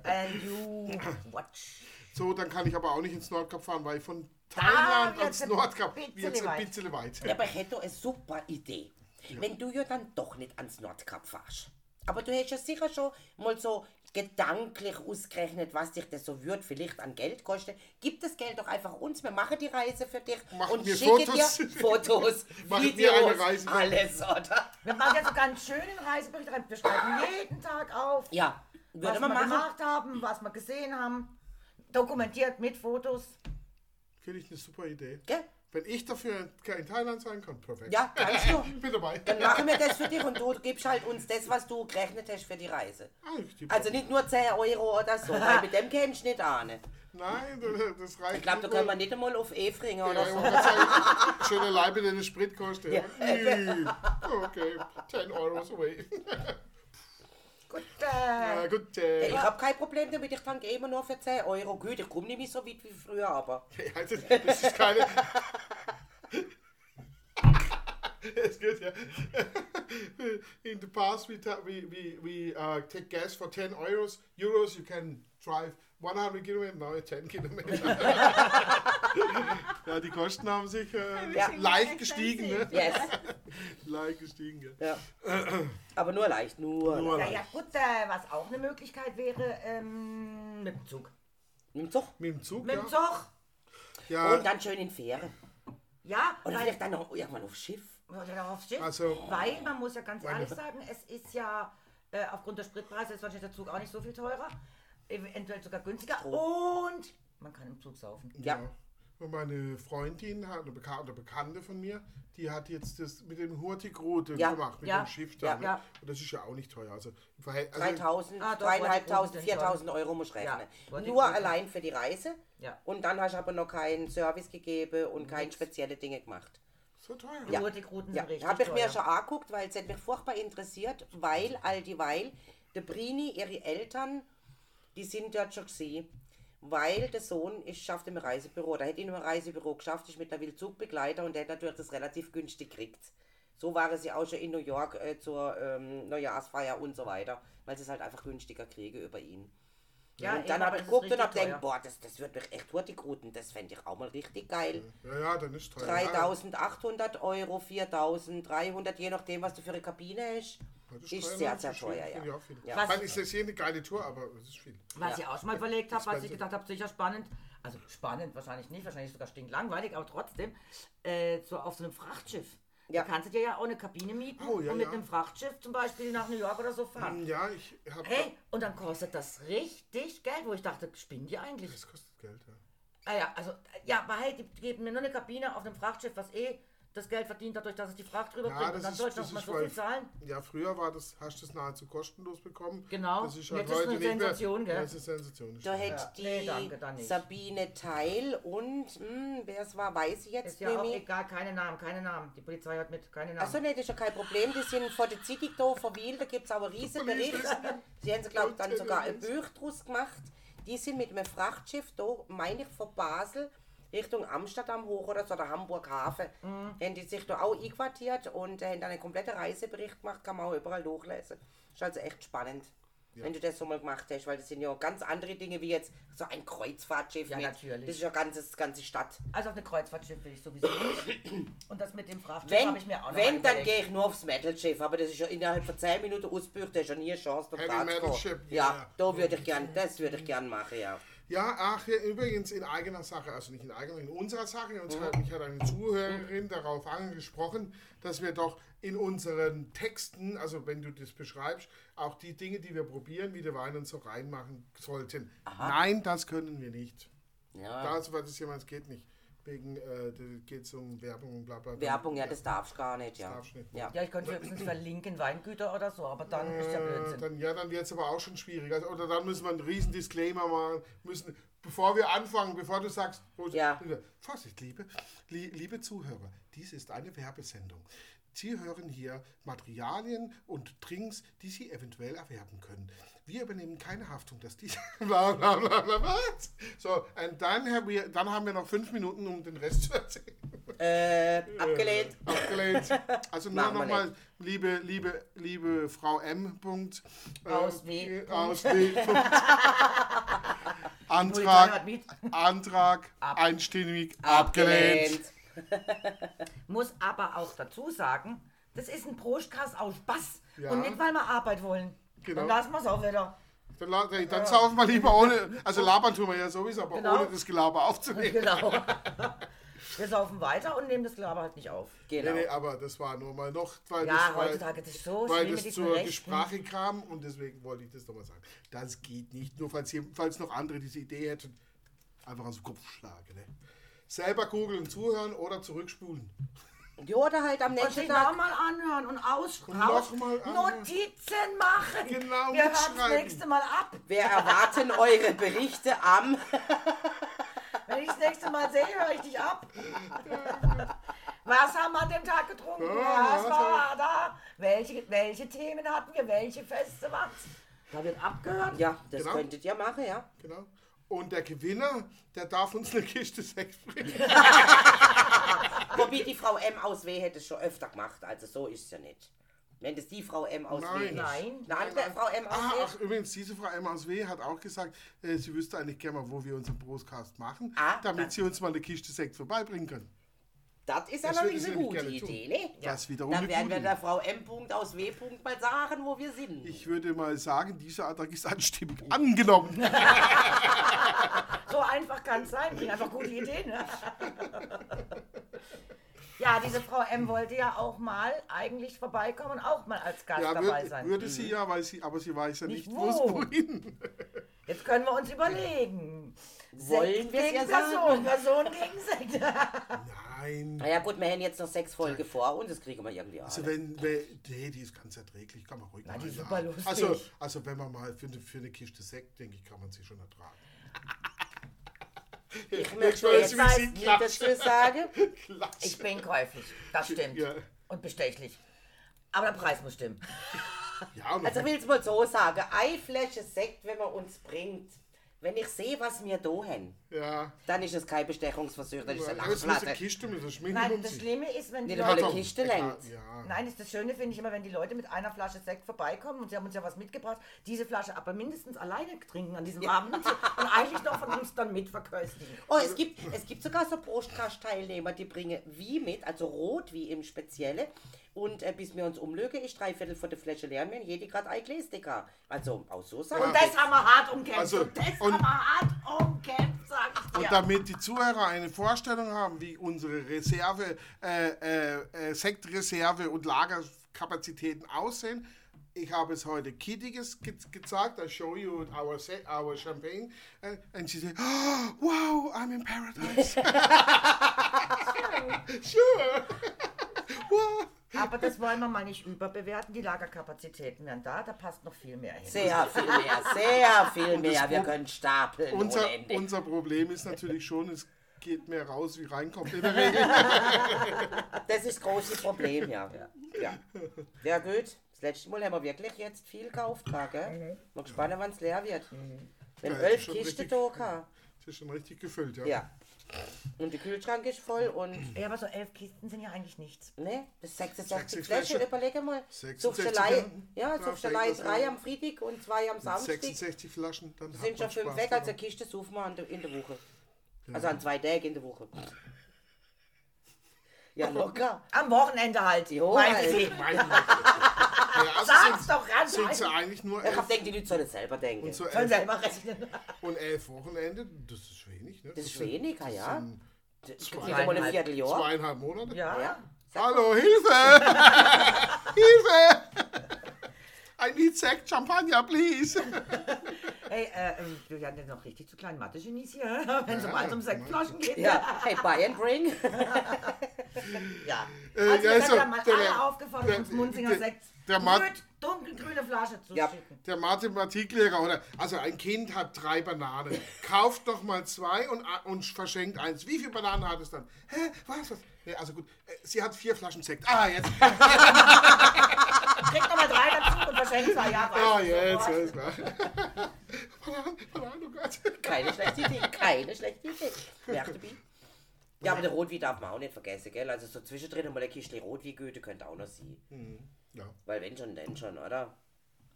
And you watch. so, dann kann ich aber auch nicht ins Nordkap fahren, weil von Ah, Thailand ans wird's ein Nordkap bisschen wird's ein weit. bisschen weit. Ja, aber ich hätte eine super Idee. Wenn du ja dann doch nicht ans Nordkap fährst. Aber du hättest ja sicher schon mal so gedanklich ausgerechnet, was dich das so wird, vielleicht an Geld kosten. Gib das Geld doch einfach uns, wir machen die Reise für dich Machen und wir schicke Fotos. dir Fotos, Machen wir eine Videos, Reise. alles, oder? Wir machen jetzt einen ganz schönen Reisebericht rein. Wir schreiben jeden Tag auf. Ja, Würde was man wir machen. gemacht haben, was wir gesehen haben. Dokumentiert mit Fotos. Finde ich eine super Idee. Gell? Wenn ich dafür in Thailand sein kann, perfekt. Ja, Genau. ganz klar. Ich bin dabei. Dann machen wir das für dich und du gibst halt uns das, was du gerechnet hast für die Reise. Ah, ich die- Also nicht nur 10 Euro oder so, weil mit dem kennst du nicht ahnen. Nein, das- das reicht. Ich glaube, da können wir nicht einmal auf Efringen oder so. so. Schöne Leibe, den Sprit kostet. Ja. Ih, Okay, 10 Euros away. Gut, äh, Na gut, äh, Ich habe kein Problem damit, ich tanke immer nur für 10 Euro. Gut, ich komme nicht mehr so weit wie früher, aber. Ja, das, das ist keine. It's good, yeah. In the past, we, ta- we, we, we uh, take gas for 10 euros. Euros, you can drive 100 Kilometer, now it's 10 Kilometer. ja, die Kosten haben sich äh, Ja. leicht gestiegen. Ne? Yes. Leicht gestiegen, ja. Ja. Aber nur leicht, nur. Nur leicht. ja, ja, gut, äh, was auch eine Möglichkeit wäre, ähm, mit dem Zug. Mit dem Zug. Mit dem Zug, Mit dem ja. Zug? ja. Und dann schön in Fähre. Ja, Oder weil- vielleicht dann noch irgendwann aufs Schiff. Oder darauf steht. Also- weil man muss ja ganz ehrlich sagen, es ist ja äh, aufgrund der Spritpreise ist wahrscheinlich der Zug auch nicht so viel teurer, eventuell sogar günstiger und man kann im Zug saufen. Ja. Ja. Und meine Freundin, hat eine Bekannte, eine Bekannte von mir, die hat jetzt das mit dem Hurtigrute Ja, gemacht, mit ja, dem Schiff da. ja, ne? ja. Und das ist ja auch nicht teuer. Also, im Verhält- also 3000, Ah, doch, wollte 3500, ich unbedingt 4000 Euro musst du rechnen. Ja, wollte ich Nur unbedingt. allein für die Reise. Ja. Und dann hast du aber noch keinen Service gegeben und keine spezielle Dinge gemacht. so teuer. Ja. Hurtigruten Ja, sind richtig habe ich mir teuer. schon angeguckt, weil es hat mich furchtbar interessiert, weil all dieweil der Brini, ihre Eltern, die sind dort schon gewesen, weil der Sohn ist, schafft im Reisebüro, da hätte ihn im Reisebüro geschafft, ist mittlerweile Zugbegleiter und der hat natürlich das relativ günstig gekriegt. So waren sie auch schon in New York äh, zur ähm, Neujahrsfeier und so weiter, weil sie es halt einfach günstiger kriege über ihn. Ja, und dann eben, habe aber ich das ist geguckt und richtig habe gedacht, teuer. boah, das, das wird mich echt Hurtigruten, das fände ich auch mal richtig geil. Mhm. ja, ja, dann ist teuer. 3800 Euro, 4300, je nachdem, was du für eine Kabine hast. Ja, das Ist, sehr, sehr viel, teuer, finde ja. ich auch viel. Ja. Ich Was- meine, ist das hier eine geile Tour, aber es ist viel. Was ich auch schon mal überlegt habe, was ich Expensive. gedacht habe, sicher spannend, also spannend wahrscheinlich nicht, wahrscheinlich sogar stinklangweilig, aber trotzdem, äh, so auf so einem Frachtschiff. Ja. Da kannst du dir ja auch eine Kabine mieten Oh, ja, und mit ja. Mhm. einem Frachtschiff zum Beispiel nach New York oder so fahren. Ja, ich habe. Hey, und dann kostet das richtig Geld, wo ich dachte, spinnen die eigentlich? Das kostet Geld, ja. Ah ja, also, ja, aber hey, die geben mir nur eine Kabine auf einem Frachtschiff, was eh das Geld verdient, dadurch, dass es die Fracht rüberbringt. Ja, und das dann ist, soll ich das noch mal ist so weil, viel zahlen. ja, früher war das, hast du das nahezu kostenlos bekommen. Genau. Das ist halt Jetzt ist es heute eine nicht mehr- Sensation, gell? Ja, Das ist Sensation. das Da stimmt. hätte die Nee, danke, dann nicht. Sabine Teil und, hm, wer es war, weiß ich Ist jetzt ja auch nicht mehr. egal, keine Namen, keine Namen. Die Polizei hat mit, keine Namen. Achso, nee, das ist ja kein Problem. Die sind vor der Zeitung da verwielt, da gibt es auch einen riesen Bericht. Sie haben, glaube ich, dann sogar ein Buch draus gemacht. Die sind mit einem Frachtschiff da, meine ich, von Basel Richtung Amsterdam hoch oder so, oder Hamburg Hafen. Mhm. Haben die sich da auch einquartiert und äh, haben dann einen kompletten Reisebericht gemacht, kann man auch überall hochlesen. Ist also echt spannend. Wenn du das so mal gemacht hast, weil das sind ja ganz andere Dinge wie jetzt so ein Kreuzfahrtschiff. Ja, mit. natürlich. Das ist ja ganzes, ganze Stadt. Also auf eine Kreuzfahrtschiff will ich sowieso nicht. Und das mit dem Frachtschiff Wenn, habe ich mir auch noch wenn dann überlegt. gehe ich nur aufs Metal-Schiff, aber das ist ja innerhalb von 10 Minuten ausbücht, da ist ja nie eine Chance, dort Heavy ranzukommen. Metal Ship, Ja, ja. da würde ich gern, das würde ich gern machen, ja. Ja, ach, ja, übrigens in eigener Sache, also nicht in eigener, in unserer Sache. Mhm. Uns hat, mich hat eine Zuhörerin darauf angesprochen, dass wir doch in unseren Texten, also wenn du das beschreibst, auch die Dinge, die wir probieren, wie der Wein und so reinmachen sollten. Nein, das können wir nicht. ja. Dazu war das jemand, es geht nicht. Wegen, äh, geht es um Werbung und bla bla bla. Werbung, ja, das darfst du gar nicht, ja. darfst du nicht. ja. Ja, ich könnte höchstens verlinken, Weingüter oder so, aber dann ist ja Äh, Blödsinn. dann, ja, dann wird es aber auch schon schwierig. Also, oder dann müssen wir einen riesen Disclaimer machen müssen, bevor wir anfangen, bevor du sagst, Rosi- Ja. Vorsicht, liebe, li, liebe Zuhörer, dies ist eine Werbesendung. Sie hören hier Materialien und Drinks, die Sie eventuell erwerben können. Wir übernehmen keine Haftung, dass diese. bla bla bla bla. bla. So, und dann, haben wir- dann haben wir noch fünf Minuten, um den Rest zu erzählen. Äh, abgelehnt. Abgelehnt. Also nur Machen wir nochmal, liebe, liebe, liebe Frau M. Punkt, äh, Aus W. äh, Aus W. Punkt. Polizei hat Antrag, mit. Antrag einstimmig abgelehnt. Muss aber auch dazu sagen, das ist ein Prostkast aus Spaß. Ja. Und nicht, weil wir Arbeit wollen. Genau. Dann lassen wir es auch wieder. Dann, la- dann saufen wir lieber ohne, also labern tun wir ja sowieso, aber Oh. Genau. ohne das Gelaber aufzunehmen. Genau. Wir saufen weiter und nehmen das Gelaber halt nicht auf. Genau. Nee, nee, aber das war nur mal noch, weil Ja, das, weil, heutzutage das ist weil so schlimm mit das diesen zur Rechten. Sprache kam und deswegen wollte ich das nochmal sagen. Das geht nicht, nur falls, hier- falls noch andere diese Idee hätten, einfach aus dem Kopf schlagen. Ne? Selber googeln, zuhören oder zurückspulen. Ja, oder halt am Und nächsten sich Tag. nochmal anhören und Und ausschreiben. noch mal anhören. Notizen machen. Genau, Wir hören das mitschreiben. nächste Mal ab. Wir erwarten eure Berichte am. Wenn ich das nächste Mal sehe, höre ich dich ab. Was haben wir an dem Tag getrunken? Ja, Was was war da? Welche, welche Themen hatten wir? Welche Feste waren Da wird abgehört. Ja, das Genau. könntet ihr machen, ja. Genau. Und der Gewinner, der darf uns eine Kiste Sex bringen. Wobei die Frau M aus W hätte es schon öfter gemacht. Also so ist es ja nicht. Wenn das die Frau M aus W Nein. ist. Nein. Eine andere Frau M aus Ah, W. ach, übrigens, diese Frau Emma aus W. hat auch gesagt, äh, sie wüsste eigentlich gerne mal, wo wir unseren Brustcast machen, Ah, dann- damit sie uns mal eine Kiste Sekt vorbeibringen können. Das ist Das allerdings würde eine ich nämlich gute gerne tun. Idee, ne? Das wiederum Dann eine werden wir gute der Frau M. Punkt aus W. Punkt mal sagen, wo wir sind. Ich würde mal sagen, dieser Antrag ist anstimmig angenommen. So einfach kann es sein. Bring einfach gute Ideen. ne? Ja, diese Frau M wollte ja auch mal eigentlich vorbeikommen und auch mal als Gast Ja, dabei würde, sein. Mhm. würde sie ja, weil sie, aber sie weiß ja Nicht nicht, wo es wo. wohin. Jetzt können wir uns überlegen. Wollen wir es gegen ja Person, sagen? Person gegen Sekt. Nein. Naja gut, wir haben jetzt noch sechs Folgen vor und das kriegen wir irgendwie Also alle. wenn, wenn, nee, die ist ganz erträglich, kann man ruhig Na, die ist einladen. super lustig. Also, also wenn man mal für, eine- für eine Kiste Sekt, denke ich, kann man sie schon ertragen. Ich möchte jetzt wie sie nicht dazu sagen. klatscht. Ich bin käuflich, das stimmt. Ja. Und bestechlich. Aber der Preis muss stimmen. Ja, und Also ich will es mal so sagen. Eine Flasche Sekt, wenn man uns bringt. Wenn ich sehe, was wir da haben, ja. dann ist es kein Bestechungsversuch, dann ist es eine Aber es muss eine Lachplatte. Kiste, mit das Schminken Nein, das Schlimme ist, wenn die Nee, das hat Leute. doch- Kiste lenkt. Ja. Nein, das, ist das Schöne finde ich immer, wenn die Leute mit einer Flasche Sekt vorbeikommen und sie haben uns ja was mitgebracht, diese Flasche aber mindestens alleine trinken an diesem Abend und eigentlich noch von uns dann mitverköstigen. Oh, es gibt, es gibt sogar so Brustkast-Teilnehmer, die bringen wie mit, also rot wie im Spezielle. Und äh, bis wir uns umlüge, ist drei Viertel von der Flasche leer, wenn jede gerade ein Gläs dicker. Also auch so sagen. Und das haben wir hart umkämpft. Also, und das und- haben wir hart umkämpft, sag ich dir. Und damit die Zuhörer eine Vorstellung haben, wie unsere Reserve, äh, äh, äh, Sektreserve und Lagerkapazitäten aussehen, ich habe es heute Kitty ges ge gezeigt, I show you our, se- our champagne, Äh, and, and she said, oh, wow, I'm in paradise. sure. wow. Aber das wollen wir mal nicht überbewerten. Die Lagerkapazitäten wären da, da passt noch viel mehr hin. Sehr viel mehr, sehr viel mehr. Wir Pro- können stapeln Unser, ohne Ende. unser Problem ist natürlich schon, es geht mehr raus, wie reinkommt in der Regel. Das ist das große Problem, ja. Ja, ja gut. Das letzte Mal haben wir wirklich jetzt viel gekauft, gehabt, gell? Mal gespannt, wann es leer wird. Wenn Mhm. Ja, das ist elf schon Kisten richtig. da kann. Das ist schon richtig gefüllt, ja. Ja. Und der Kühlschrank ist voll und Ja, aber so elf Kisten sind ja eigentlich nichts. Ne, das 66 66 Fläschchen, Fläschchen. überlege mal. 66 Zuftelei, Fläschchen. ja, Ja, Zuftelei vielleicht drei das am Freitag und zwei am Samstag. 66 Flaschen, dann hat Sind schon fünf man Spaß Genau. weg, daran. also eine Kiste suchen wir an der- in der Woche. Also an zwei Tagen in der Woche. Ja, locker. Am Wochenende halt. Jo, Weiß halt. ich. Ja, also Sag's sind- doch ganz Sind sie einfach. eigentlich nur Ich hab elf, gedacht, die Leute sollen es selber denken. und, so Sollen elf, selber rechnen. und elf Wochenende? Das ist wenig, ne? das ist sind weniger, ja. Das ist zweieinhalb- mal ein Vierteljahr. Zweieinhalb Monate? Ja. Ja. Hallo, Hilfe! Hilfe! I need Sekt, Champagner, please! Hey, äh, ähm, wir werden jetzt noch richtig zu kleinen Mathe-Genies hier, wenn es mal um Sektflaschen geht. Ja, hey, buy and bring. ja. Äh, ja, so, Also, wir werden dann mal der- alle aufgefordert, der- uns Munzinger der- Sekt der Mat- mit dunkelgrüne Flasche zu Ja. schicken. Der Mathematiklehrer, oder? Also, ein Kind hat drei Bananen. Kauft doch mal zwei und, und verschenkt eins. Wie viele Bananen hat es dann? Hä? Was? was? Ja, also gut, äh, sie hat vier Flaschen Sekt. Ah, jetzt. Kriegt nochmal drei dazu und verschenkt zwei Jahre. Ah, jetzt, alles klar. Bananen, Bananen, oh Gott. Keine schlechte Idee, keine schlechte Idee. Merkt ihr? Ja, aber der Rotwein darf man auch nicht vergessen, gell? Also so zwischendrin mal eine Kiste Rotweingüte könnte auch noch sein. Ja. Weil wenn schon, denn schon, oder?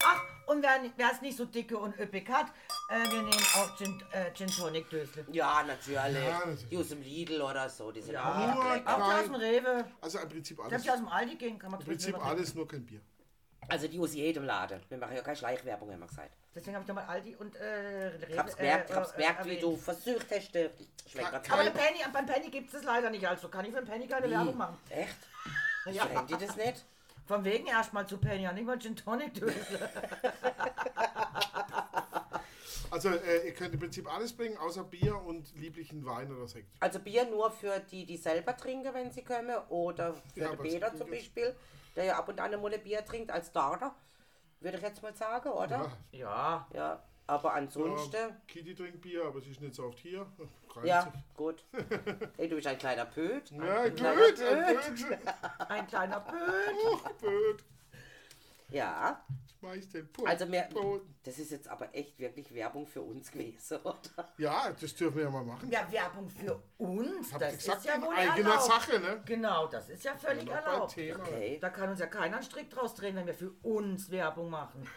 Ach, und wer es nicht so dicke und üppig hat, äh, wir nehmen auch Gin, äh, Gin Tonic Dösle. Ja, natürlich. Ja, natürlich. Die aus dem Lidl oder so, die sind Nur auch nicht lecker. Auch die aus dem Rewe. Also im Prinzip alles. Selbst die aus dem Aldi gehen, kann man Im Prinzip zwischendurch mal trinken. alles, nur kein Bier. Also die aus jedem Laden. Wir machen ja keine Schleichwerbung, haben wir gesagt. Deswegen habe ich nochmal Aldi und äh, Rewe. Krabsberg, äh, Krabsberg, äh, wie erwähnt. du versucht hast, äh, schmeckt grad Aber kein- der Penny, beim Penny gibt es das leider nicht, also kann ich für den Penny keine Werbung machen. Echt? Ja. Schmeckt die das nicht? Von wegen erstmal zu Penny, ja, nicht mal Gin Tonic Döse. Also äh, ihr könnt im Prinzip alles bringen, außer Bier und lieblichen Wein oder Sekt. Also Bier nur für die, die selber trinken, wenn sie kommen. Oder für Ja, den aber Peter es- zum Beispiel, der ja ab und an mal ein Bier trinkt als Starter. Würde ich jetzt mal sagen, oder? Ja. ja, Ja. Aber ansonsten, Ja, Kitty trinkt Bier, aber sie ist nicht so oft hier. Reizt ja, sich. gut. Hey, du bist ein kleiner Pöt. Ja, gut, kleiner blöd. ein kleiner Pöt. Huch, blöd. Ja, Schmeiß den also mehr, Boden. das ist jetzt aber echt wirklich Werbung für uns gewesen, oder? Ja, das dürfen wir ja mal machen. Ja, Werbung für uns, Hab das ich gesagt, ist ja in wohl eigener erlaubt. Sache, ne? Genau, das ist ja völlig Noch beim erlaubt. Thema. Okay. Da kann uns ja keiner einen Strick draus drehen, wenn wir für uns Werbung machen.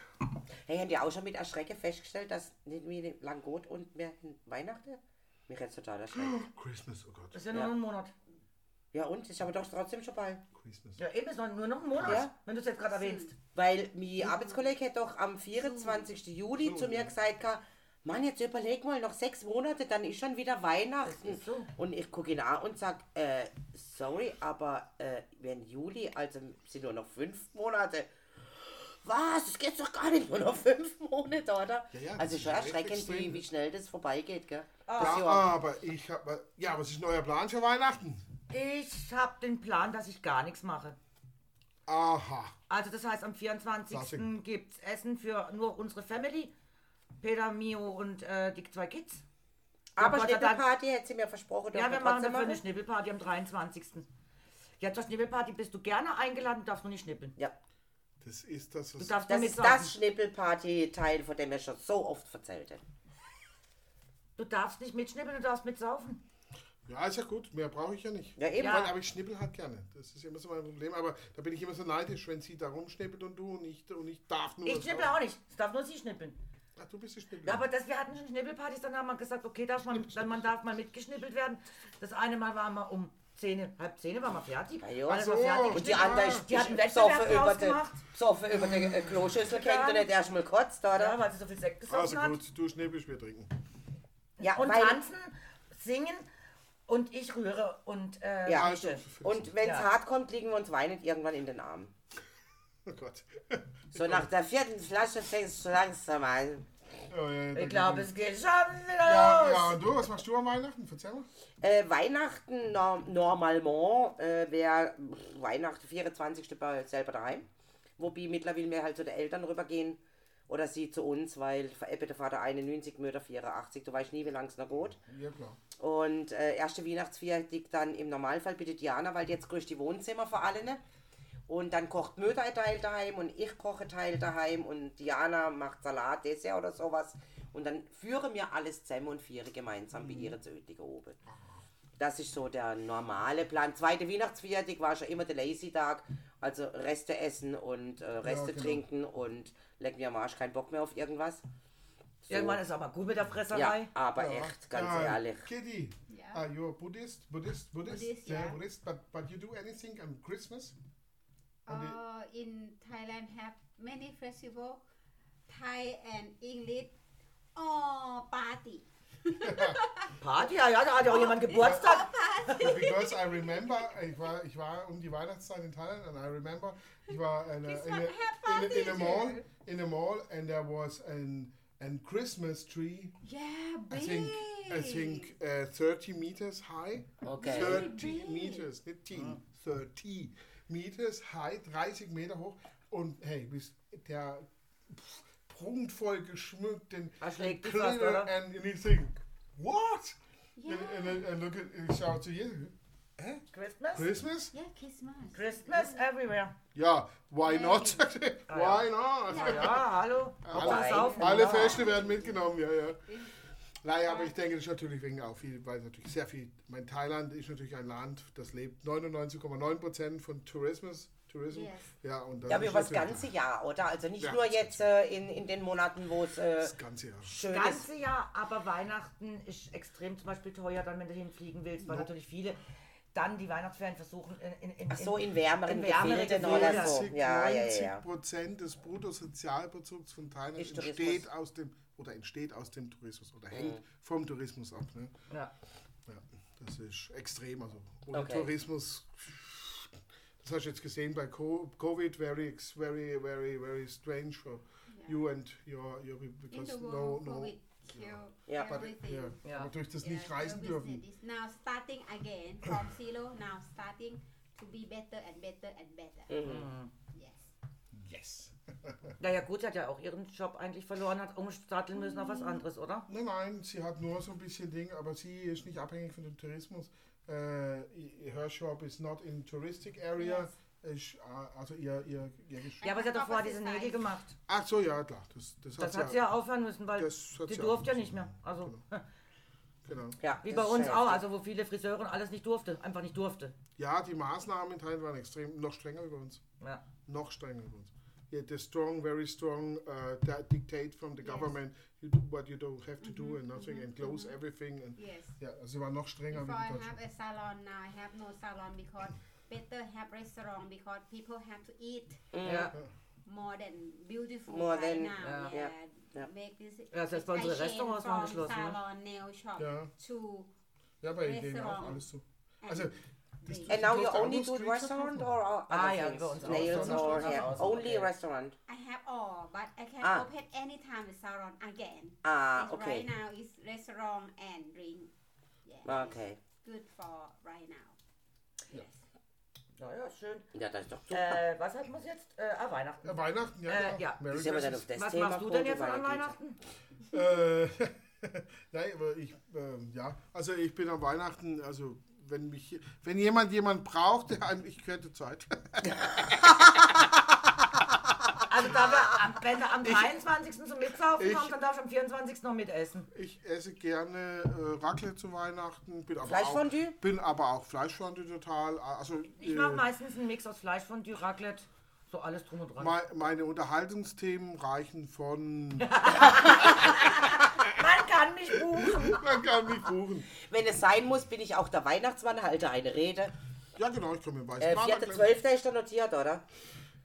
Hey, habt ihr auch schon mit Erschrecken festgestellt, dass nicht mehr Langot und mehr Weihnachten? Mich jetzt total erschreckt. Christmas, oh Gott. Das ist ja nur noch ein Monat. Ja und? Ist aber doch trotzdem schon bald. Christmas. Ja, eben ist noch, nur noch ein Monat, Ja. wenn du es jetzt gerade erwähnst. Weil mein Arbeitskollege hat doch am 24. Juli zu mir gesagt, gehabt, Mann, jetzt überleg mal, noch sechs Monate, dann ist schon wieder Weihnachten. ist so. Und ich gucke ihn an und sag, äh, sorry, aber äh, wenn Juli, also sind nur noch fünf Monate. Was? Es geht doch gar nicht, nur noch fünf Monate, oder? Ja, ja, das also ist schon ja erschreckend, extrem. Ah. wie, wie schnell das vorbeigeht, gell? Das Ja, Jahr. aber ich habe. Ja, was ist denn euer Plan für Weihnachten? Ich habe den Plan, dass ich gar nichts mache. Aha. Also das heißt, am 24. Klassik. gibt es Essen für nur unsere Family. Peter, Mio und äh, die zwei Kids. Aber Gott sei Dank- Schnippelparty hätte sie mir versprochen, Ja, dürfen wir machen trotzdem dafür eine Schnippelparty am 23. Ja, zur Schnippelparty bist du gerne eingeladen, du darfst nur nicht schnippeln. Ja, Das ist das, was. Du darfst das nur ist mitlaufen. das Schnippelparty-Teil, von dem er schon so oft erzählt hat. Du darfst nicht mitschnippeln, du darfst mitsaufen. ja, ist ja gut, mehr brauche ich ja nicht. Ja, eben. Ich meine, Ja. aber ich schnippel halt gerne. Das ist immer so mein Problem. Aber da bin ich immer so neidisch, wenn sie da rumschnippelt und du und ich, und ich darf nur. Ich was schnippel drauf. auch nicht. Es darf nur sie schnippeln. Ach, du bist die Schnippel. Ja, aber das, wir hatten schon Schnippelpartys, dann haben wir gesagt, okay, darf man, dann man darf mal mitgeschnippelt werden. Das eine Mal waren wir um 10, halb 10 waren wir fertig. Ja, Alle so. waren fertig Und die geschnippelt. Ah, anderen Also, Ah, die hatten ist Wettbewerb besoffen über draus den, gemacht. besoffen über den äh, Kloschüssel kennt und nicht erstmal kotzt, Ja, oder? weil sie so viel Sekt gesoffen also hat. gut, du schnippelst, wir trinken. Ja, Und weil- tanzen, singen und ich rühre und äh, Ja, Also, und wenn es Ja. hart kommt, liegen wir uns weinend irgendwann in den Armen. Oh Gott. So nach der vierten Flasche fängst du langsam an. Oh, Ja, ja, ja, ich glaube, es geht schon Also. wieder ja, los. ja, und du, was machst du am Weihnachten? Verzeih mal. Äh, Weihnachten norm normalement äh, wäre Weihnachten 24. bei selber daheim. Wobei mittlerweile wir halt zu den Eltern rübergehen oder sie zu uns, weil veräppelte Vater 91, Mütter 84, du weißt nie, wie lang es noch geht. Ja, klar. Und äh, erste Weihnachtsfeier liegt dann im Normalfall bitte Diana, weil jetzt grüßt die Wohnzimmer für alle. Ne? Und dann kocht Mütter ein Teil daheim und ich koche ein Teil daheim und Diana macht Salat, Dessert oder sowas. Und dann führen wir alles zusammen und viere gemeinsam wie ihre Zötlinge oben. Das ist so der normale Plan. Zweite Weihnachtsfeier die war schon immer der Lazy Tag. Also Reste essen und äh, Reste genau. trinken und leck mir am Arsch, kein Bock mehr auf irgendwas. So. Irgendwann ist auch mal gut mit der Fresserei. ja, aber echt, ganz Ah, ehrlich. Kitty, Ja. are you a Buddhist? Buddhist? Buddhist? Buddhist, yeah, ja. Buddhist. But, but you do anything on Christmas? On the- Uh, in Thailand have many festival, Thai and English. Oh, party. Party, Ah, ja, ja, da hat Oh, ja auch jemand Geburtstag. Because I remember, ich war, ich war um die Weihnachtszeit in Thailand and I remember, ich war in a, in a, in a, in a mall, in a mall and there was an, an Christmas tree, Yeah, I big. think, I think uh, 30 meters high. Okay. 30 big. meters, nicht Ah. 10, 30 meters high, 30 Meter hoch und hey, bis der pff, prunkvoll geschmückten Erschlägt dich Ah, fast, oder? and you think, what? Yeah. And, and, and look at, ich schaue zu ihr, hä? Christmas? Christmas? Yeah, Christmas. Christmas everywhere. Ja, why not? why not? Ah, Ja, ja, hallo. Wobei- Alle, saufen, alle genau. ja. Feste werden mitgenommen, ja, ja. Naja, aber ich denke, das ist natürlich wegen auch viel, weil es natürlich sehr viel. Mein Thailand ist natürlich ein Land, das lebt 99,9% von Tourismus. Tourism. Yes. Ja, und das Ja, aber ist über das natürlich- ganze Jahr, oder? Also nicht Ja. nur jetzt äh, in, in den Monaten, wo es äh, Das ganze Jahr. schön Das ist. ganze Jahr, aber Weihnachten ist extrem zum Beispiel teuer, dann wenn du hinfliegen willst, weil natürlich viele dann die Weihnachtsferien versuchen, in, in, in, Ach so, in wärmeren in wärmere Gefilden oder Gefilde. Genau so. Ja, ja, ja. Prozent des Bruttosozialproduks von Thailand Ist entsteht Tourismus. Mhm. aus dem oder entsteht aus dem Tourismus oder hängt vom Tourismus ab. Ne? Ja. Ja, das ist extrem. Also ohne Okay. Tourismus, das hast du jetzt gesehen bei Co Covid, very, ex- very, very, very strange for you and your, your people In because the no, world, no. COVID kill Yeah. But, everything. ja, Ja. aber durch das Yeah, nicht reisen your dürfen. business is Now starting again from zero, now starting to be better and better and better. Yes. Yes. Naja, gut, sie hat ja auch ihren Job eigentlich verloren, hat umstarteln müssen auf was anderes, oder? Nein, nein, sie hat nur so ein bisschen Ding, aber sie ist nicht abhängig von dem Tourismus. Äh, i- her shop is not in touristic area. Ist, äh, also ihr, ihr, ihr Gesch Ja, aber sie hat doch vorher diese Opposite Nägel side. gemacht. Ach so, ja, klar. Das, das, Das hat sie ja aufhören müssen, weil Das hat sie sie durfte ja auch nicht mehr. Also, Genau. ja wie das bei ist uns schon auch, heftig. also wo viele Friseure und alles nicht durfte, einfach nicht durfte. Ja, die Maßnahmen in Thailand waren extrem, noch strenger über uns. Ja. Noch strenger über uns. Yeah, the strong, very strong uh, that dictate from the government you do what you don't have to Mhm. do and nothing and close everything. And Yes. ja, also sie waren noch strenger Before wie I die have Deutschen. a salon, now I have no salon because better have restaurant because people have to eat Ja. more than beautiful More right than- now. yeah, yeah, yeah. Make this Ja, selbst bei unseren Asian Restaurants from waren geschlossen, ne? Salon, Nail Shop Ja. to Ja, bei denen auch Restaurant. alles zu. Also, das- And now you Äh, only do Street restaurant or all other Ah, ja, things? über uns auch. Nails Sonst or machen wir yeah. auch so, only okay. restaurant. I have all, but I can Ah. open anytime with salon again. Ah, It's okay. Right now it's restaurant and drink. Yeah. Ah, Okay. It's good for right now. Naja, schön. Ja, das ist doch super. Äh, was hatten wir jetzt? Äh, ah, Weihnachten. Ja, Weihnachten, ja. Äh, genau. ja. Merry Wie sind wir denn Christmas. auf das Was Thema machst du gekommen, denn jetzt meine an Güte? Weihnachten? Äh, Nein, aber ich, ähm, ja, also ich bin am Weihnachten, also wenn mich, wenn jemand jemand braucht, der einem, ich könnte Zeit. Also da wir, am- wenn wir am 23. zum Mitsaufen ich- kommt, dann darf ich am 24. noch mitessen. Ich esse gerne äh, Raclette zu Weihnachten, bin aber Fleischfondue? auch bin aber auch Fleischfondue total. Also Ich mache meistens einen Mix aus Fleisch von Raclette, so alles drum und dran. mei- meine Unterhaltungsthemen reichen von Man kann mich buchen. man kann mich buchen. Wenn es sein muss, bin ich auch der Weihnachtsmann, halte eine Rede. Ja genau, ich komme im weißen Äh, Raclette. 4.12. ist da notiert, oder?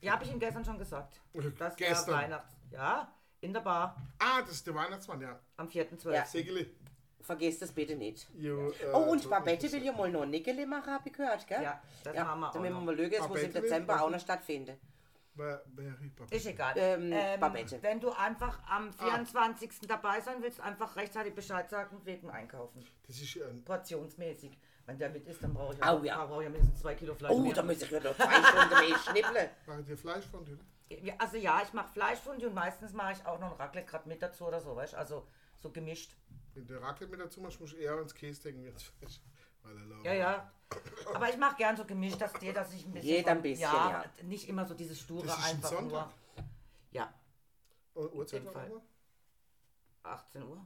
Ja, habe ich ihm gestern schon gesagt. Das Gestern. war Weihnachts. Ja, in der Bar Ah, das ist der Weihnachtsmann, ja. am 4.12. Ja. Segele. Vergesst das bitte nicht. Jo, äh, Oh, und Babette will ja mal noch Nickele machen, habe ich gehört, gell? Ja, das machen wir auch Da müssen wir noch. mal schauen, es muss im Babette will Dezember auch machen. noch stattfinden. Ba- Barry Babette. Ist egal. Ähm, Babette. Wenn du einfach am 24. dabei sein willst, einfach rechtzeitig Bescheid sagen wegen Einkaufen. Das ist ähm, ein Portionsmäßig. Wenn der mit ist, dann brauche ich, Au, auch- ja. brauche ich ja mindestens zwei Kilo Fleisch. Oh, mehr. da muss ich ja noch zwei Stunden mehr schnippeln. war der Fleischfondue. Ja, Also ja, ich mache Fleischfondue und meistens mache ich auch noch ein Raclette gerade mit dazu oder so, weißt du? Also so gemischt. Wenn der Raclette mit dazu machst, musst du eher ins Käse denken wie ins Fleisch. Weil er laut. Ja, ja. Aber ich mache gern so gemischt, dass dir, dass ich ein bisschen. Jeder ein bisschen, ja. Nicht immer so dieses sture Das ist ein einfach Sonntag. nur. Ja, Und Uhrzeit jeden war Fall. auch mal? 18 Uhr.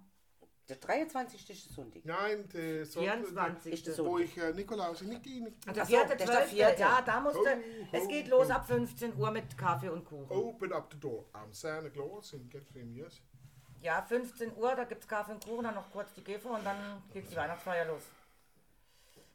Der 23. ist Sonntag. Nein, der Sonntag, 24. Ist das so? wo ich äh, Nikolaus, Niki, Niki. Der Ach so, vierte, das ist der zwölfte, vierte. ja, da musste. Oh, es oh, geht los oh. ab 15 Uhr mit Kaffee und Kuchen. Open up the door. I'm Santa Claus and get him, yes. Ja, 15 Uhr, da gibt's Kaffee und Kuchen, dann noch kurz die Gefe und dann geht's die Weihnachtsfeier los.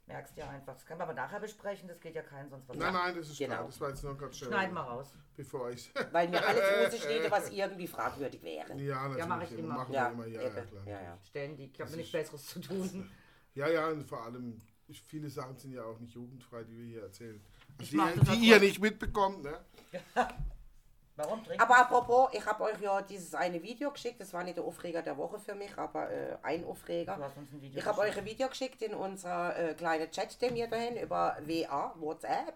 Merkst dir einfach. Das können wir aber nachher besprechen, das geht ja keinen sonst was. Nein, nein, das ist genau. klar. Das war jetzt noch ganz schnell. Schneiden wir raus. Bevor ich. Weil mir alles rausschneide, was irgendwie fragwürdig wäre. ja, natürlich. mach ich immer. Machen Ja, wir immer, ja, ja, eben. klar. ja, ja. Ständig. Ich habe mir nichts Besseres zu tun. Ja, ja, und vor allem, ich- viele Sachen sind ja auch nicht jugendfrei, die wir hier erzählen. Also mach die das die auch ihr kurz. nicht mitbekommt, ne? Warum trinken? Aber apropos, ich habe euch ja dieses eine Video geschickt. Das war nicht der Aufreger der Woche für mich, aber äh, ein Aufreger. Du hast uns ein Video ich habe euch geschickt. ein Video geschickt in unserer äh, kleinen Chat, den wir dahin über WA, WhatsApp.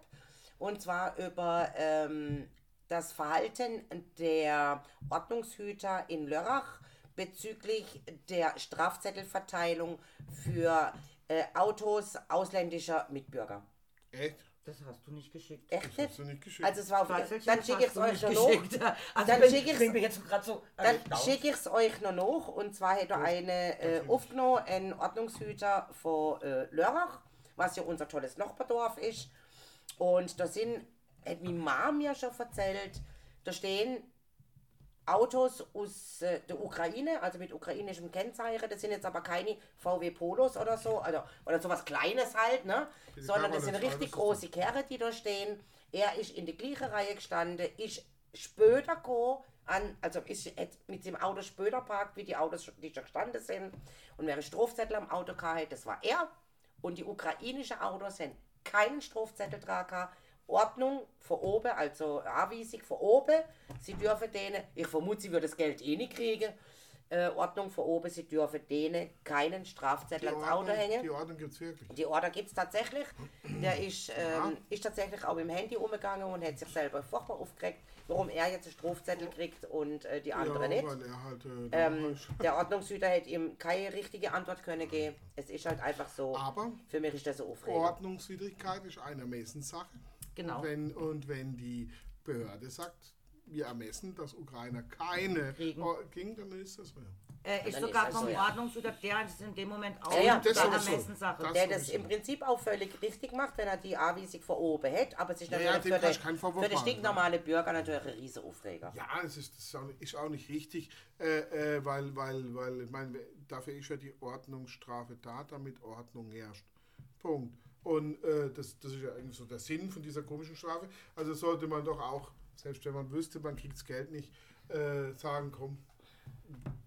Und zwar über ähm, das Verhalten der Ordnungshüter in Lörrach bezüglich der Strafzettelverteilung für äh, Autos ausländischer Mitbürger. Echt? Das hast du nicht geschickt. Echt Hast nicht? du nicht geschickt? Also es war auf, dann schicke ich es euch schon noch. hoch. Also Dann dann schick schicke ich's- ich es jetzt gerade so. also Dann schicke ich es euch noch nach. Und zwar hat er eine äh, aufgenommen, ein Ordnungshüter von äh, Lörrach, was ja unser tolles Nachbardorf ist. Und da sind, hat meine Mom ja schon erzählt, da stehen Autos aus äh, der Ukraine, also mit ukrainischem Kennzeichen. Das sind jetzt aber keine VW Polos oder so, oder, oder sowas Kleines halt, ne? Die Sondern kann das man sind nicht richtig schreiben, große Kerre, die da stehen. Er ist in die gleiche Reihe gestanden. Ich später go an, also ich hätt mit dem Auto später parkt, wie die Autos, die schon gestanden sind. Und wäre Strafzettel am Auto gehabt, das war er. Und die ukrainischen Autos sind keinen Strafzettel dran gehabt. Ordnung von oben, also anweisung von oben. Sie dürfen denen, ich vermute, sie würde das Geld eh nicht kriegen. Äh, Ordnung von oben, sie dürfen denen keinen Strafzettel ans Auto hängen. die Ordnung gibt es wirklich. Die Order gibt es tatsächlich. Der ist, ähm, ist tatsächlich auch mit dem Handy umgegangen und hat sich selber furchtbar aufgeregt, warum er jetzt einen Strafzettel kriegt und äh, die anderen ja, nicht. weil er halt. Äh, da Ähm, ist. der Ordnungshüter hätte ihm keine richtige Antwort können geben. Es ist halt einfach so. Aber Für mich ist das so aufregend. Oh, Ordnungswidrigkeit ist eine Ermessenssache. Genau. Wenn, und wenn die Behörde sagt, wir ermessen, dass Ukrainer keine Kriegen. Oh, ging, dann ist das so. Äh, Dann ist ist sogar das so, vom ja. Ordnungsüter, der ist in dem Moment auch Ja, ja, bei das der sowieso. Messensache. Das- der das sowieso. im Prinzip auch völlig richtig macht, wenn er die A-Wiesig vor oben hätte, aber es ist Ja, natürlich ja, dem für, kann den, ich keinen Vorwurf für den machen, ne? stinknormale Bürger natürlich ein riesen Aufreger. Ja, das ist, das ist, auch, nicht, ist auch nicht richtig, äh, äh, weil, weil, weil, ich meine, dafür ist ja die Ordnungsstrafe da, damit Ordnung herrscht. Punkt. Und äh, das, das ist ja eigentlich so der Sinn von dieser komischen Strafe. Also sollte man doch auch, selbst wenn man wüsste, man kriegt das Geld nicht, äh, sagen, komm,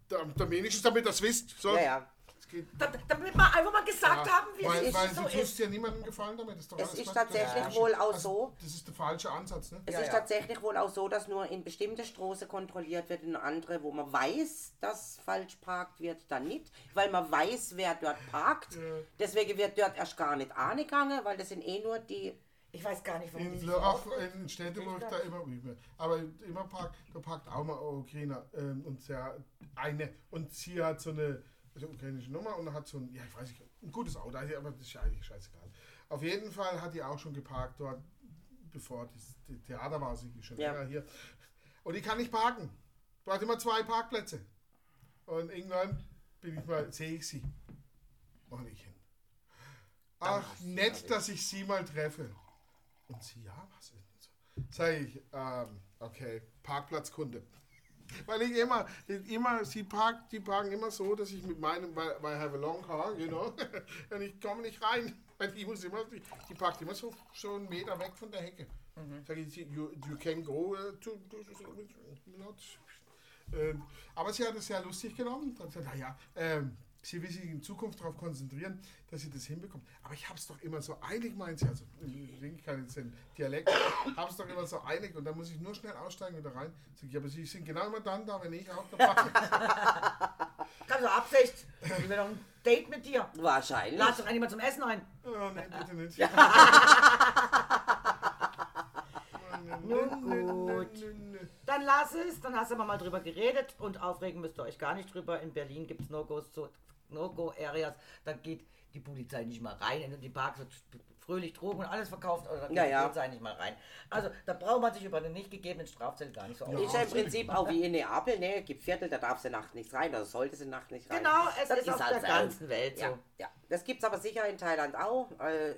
da, da wenigstens damit das wisst. So, Ja, ja. Es geht, Da- Damit wir einfach mal gesagt Ja, haben, wie weil, es weil ist, so du tust ist. ja niemandem gefallen damit. Das ist, doch Es alles ist Quatsch. tatsächlich Das ist- wohl auch das- so. Das ist der falsche Ansatz, ne? Es Ja, ist ja. tatsächlich wohl auch so, dass nur in bestimmte Straßen kontrolliert wird und andere, wo man weiß, dass falsch parkt wird, dann nicht, weil man weiß, wer dort parkt. Deswegen wird dort erst gar nicht angegangen, weil das sind eh nur die. Ich weiß gar nicht, warum die In sich Lörrach, so aufregen. in Städteburg, da immer übel. Aber immer parkt, da parkt auch mal ein Ukrainer ähm, und sie hat eine und sie hat so eine also ukrainische Nummer und hat so ein, ja ich weiß nicht, ein gutes Auto, also, aber das ist ja eigentlich scheißegal. Auf jeden Fall hat die auch schon geparkt dort, bevor das die Theater war, sie ist schon Ja. länger hier. Und die kann nicht parken. Du hast immer zwei Parkplätze. Und irgendwann bin ich mal, sehe ich sie. Und ich hin. Ach, nett, dass ich sie mal treffe. Und sie, ja, was ist denn so? Sag ich, ähm, okay, Parkplatzkunde. Weil ich immer, ich immer, sie parkt, die parken immer so, dass ich mit meinem, weil weil I have a long car, you know, und ich komme nicht rein. Weil die muss immer, die, die parkt immer so, so einen Meter weg von der Hecke. Sag ich, sie, you, you can go äh, to, to, to not. Ähm, aber sie hat es sehr lustig genommen. Dann hat sie gesagt, naja, ähm, sie will sich in Zukunft darauf konzentrieren, dass sie das hinbekommt. Aber ich hab's doch immer so eilig, meint sie. Also, ich denke, ich kann jetzt den Dialekt, hab's doch immer so eilig. Und dann muss ich nur schnell aussteigen und da rein. Sag ich, aber sie sind genau immer dann da, wenn ich auch da bin. Ganz so Absicht. Ich will doch ein Date mit dir. Wahrscheinlich. Lad doch eigentlich mal zum Essen ein. Oh, nee, bitte nicht. Nun Dann lass es, dann hast du aber mal drüber geredet und aufregen müsst ihr euch gar nicht drüber. In Berlin gibt es No-Gos zu No-Go-Areas. Da geht die Polizei nicht mal rein. In die Parks wird fröhlich Drogen und alles verkauft, aber da geht Ja, die ja. Polizei nicht mal rein. Also da braucht man sich über eine nicht gegebenen Strafzettel gar nicht so Ist aufregen. ja im Prinzip auch wie in Neapel, ne? Es gibt Viertel, da darf sie Nacht nicht rein, da sollte sie Nacht nicht rein. Genau, es Das ist auf der so. ganzen Welt so. Ja, ja. Das gibt es aber sicher in Thailand auch. Äh,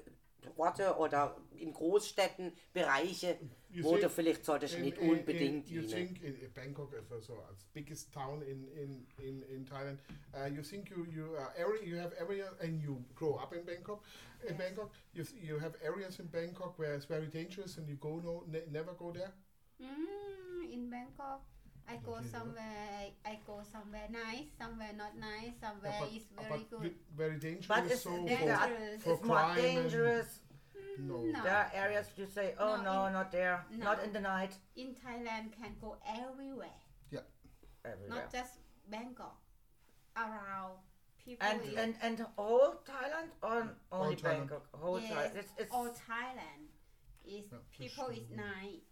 Orte oder in Großstädten, Bereiche, You wo see, du vielleicht solltest nicht unbedingt in, you dienen. think in, in Bangkok is also as biggest town in in in, in Thailand uh, you think you you are area you have areas and you grow up in Bangkok in Bangkok you th- you have areas in Bangkok where it's very dangerous and you go no ne, never go there Mm, in Bangkok, I go Okay, yeah. somewhere. I go somewhere nice, somewhere not nice, somewhere but, is uh, very but good. vi- very dangerous But it's, so dangerous. for, dangerous. for it's more crime and- dangerous. no, No. There are areas you say, oh No, no, in- not there, no. not in the night. In Thailand, can go everywhere, yeah Everywhere. not just Bangkok. Around people. And, is- and and whole Thailand or only Thailand. Bangkok? Whole yes, Thailand. It's, it's all Thailand is Yeah, it's people is nice.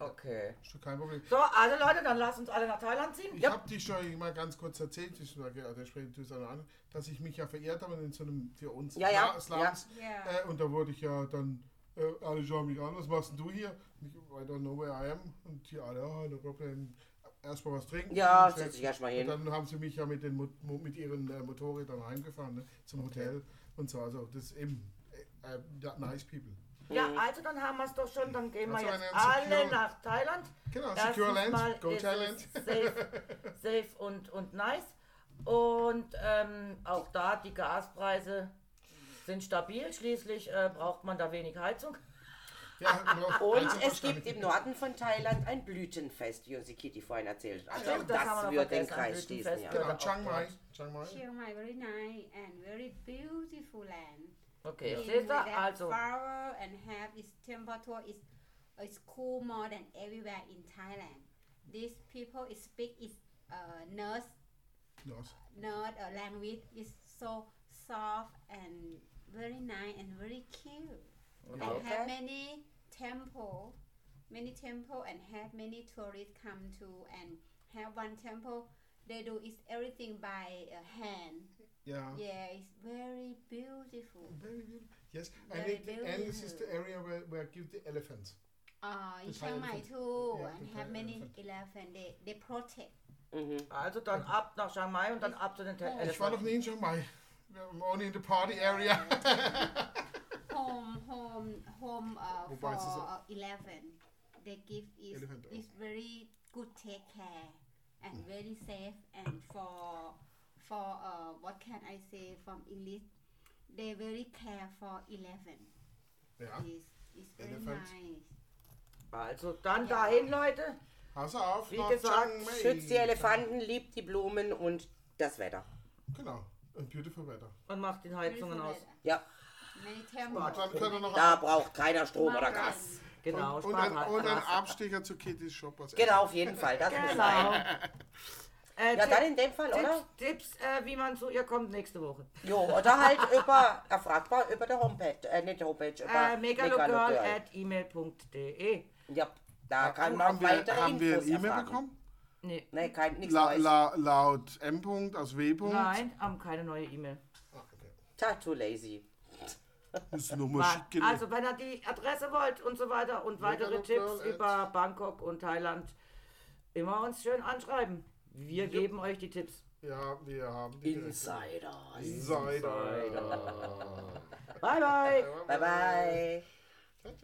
okay. ist doch kein Problem So, also Leute, dann lasst uns alle nach Thailand ziehen. Ich Ja. habe die schon mal ganz kurz erzählt, ich sage, ja, der spricht das alle an, dass ich mich ja verehrt habe in so einem für uns Ja, ja, Sla- Slums. ja. Äh, und da wurde ich ja dann, äh, alle schauen mich an, was machst denn du hier? Und Ich, I don't know where I am. Und die alle, oh, no problem. Erstmal was trinken. Ja, Und setz dich erst mal hin. Und dann haben sie mich ja mit, den, Mo- Mo- mit ihren äh, Motorrädern heimgefahren, ne, zum Hotel und so. Also das ist eben, äh, äh, nice people. Ja, also dann haben wir es doch schon. Dann gehen wir Also jetzt eine alle secure- nach Thailand. Genau, Erstens secure land, mal go ist Thailand. es Safe, safe und, und nice. Und ähm, auch da die Gaspreise sind stabil. Schließlich äh, braucht man da wenig Heizung. Ja, genau. Und Also es verstanden. gibt im Norden von Thailand ein Blütenfest, wie uns die Kitty vorhin erzählt hat. Also Stimmt, das haben wir das noch würde den vergessen, ein Kreis schließen. Blütenfest. Ja. Genau, Oder auch Chiang Mai. dort. Chiang Mai. Chiang Mai, very nice and very beautiful land. Okay, And seht with ihr? that Also, flower and have its temperature is is cool more than everywhere in Thailand. These people is speak is uh, nurse Los. nerd uh, language is so soft and very nice and very cute. And Okay. have many temple, many temple and have many tourists come to and have one temple. They do is everything by uh, hand. Ja. Yeah, it's very beautiful. Very beautiful. Yes, and, Very it, and this is beautiful. the area where, where give the elephants. Uh, in The Chiang Thai Mai elephant. too, Yeah, and the have Thai many elephant. elephant. They they protect. Mhm. also dann ab nach Chiang Mai und dann ab zu den Te- Ich war noch Elefanten. nie in Chiang Mai. I'm only in the party area. home home home uh, Who for buys this uh, 11 they give is, Elephant, oh. is very good take care and very safe and for for uh, what can i say from english they very care for 11 ja. is is very Elephant. nice Also dann dahin, Leute. Pass Also auf, Wie nach gesagt, Chiang Mai. Schützt die Elefanten, liebt die Blumen und das Wetter. Genau. Und beautiful weather. Und macht den Beautiful Heizungen aus. weather. Ja, many Und dann können wir temples noch da braucht keiner Strom oder Mountains. Gas. Genau, und, und, ein, spart und ein Gas. Abstecher zu Kitty's Shop. was Genau, auf jeden Fall. Das muss sein. Genau. Äh, Ja, Tipp- dann in dem Fall, Tipps, oder? Tipps äh, wie man zu ihr kommt nächste Woche. Jo, oder halt über, erfragbar über der Homepage, äh, nicht Homepage, über Äh, megalogirl Megalogirl. at email.de. Ja, da kann Oh, man haben weitere wir, haben wir Infos eine E-Mail erfahren. bekommen? Nee. Nee, kein, nichts La, Neues. la, laut M. Punkt aus W. Punkt. Nein, haben keine neue E-Mail. Ah, okay. Tja, too lazy. Das ist nochmal schick gelegt. Also, wenn ihr die Adresse wollt und so weiter und weitere Megalogirl Tipps at- über Bangkok und Thailand, immer uns schön anschreiben. Wir geben euch die Tipps. ja, wir haben die Insider. Insider. Bye, bye. Bye, bye.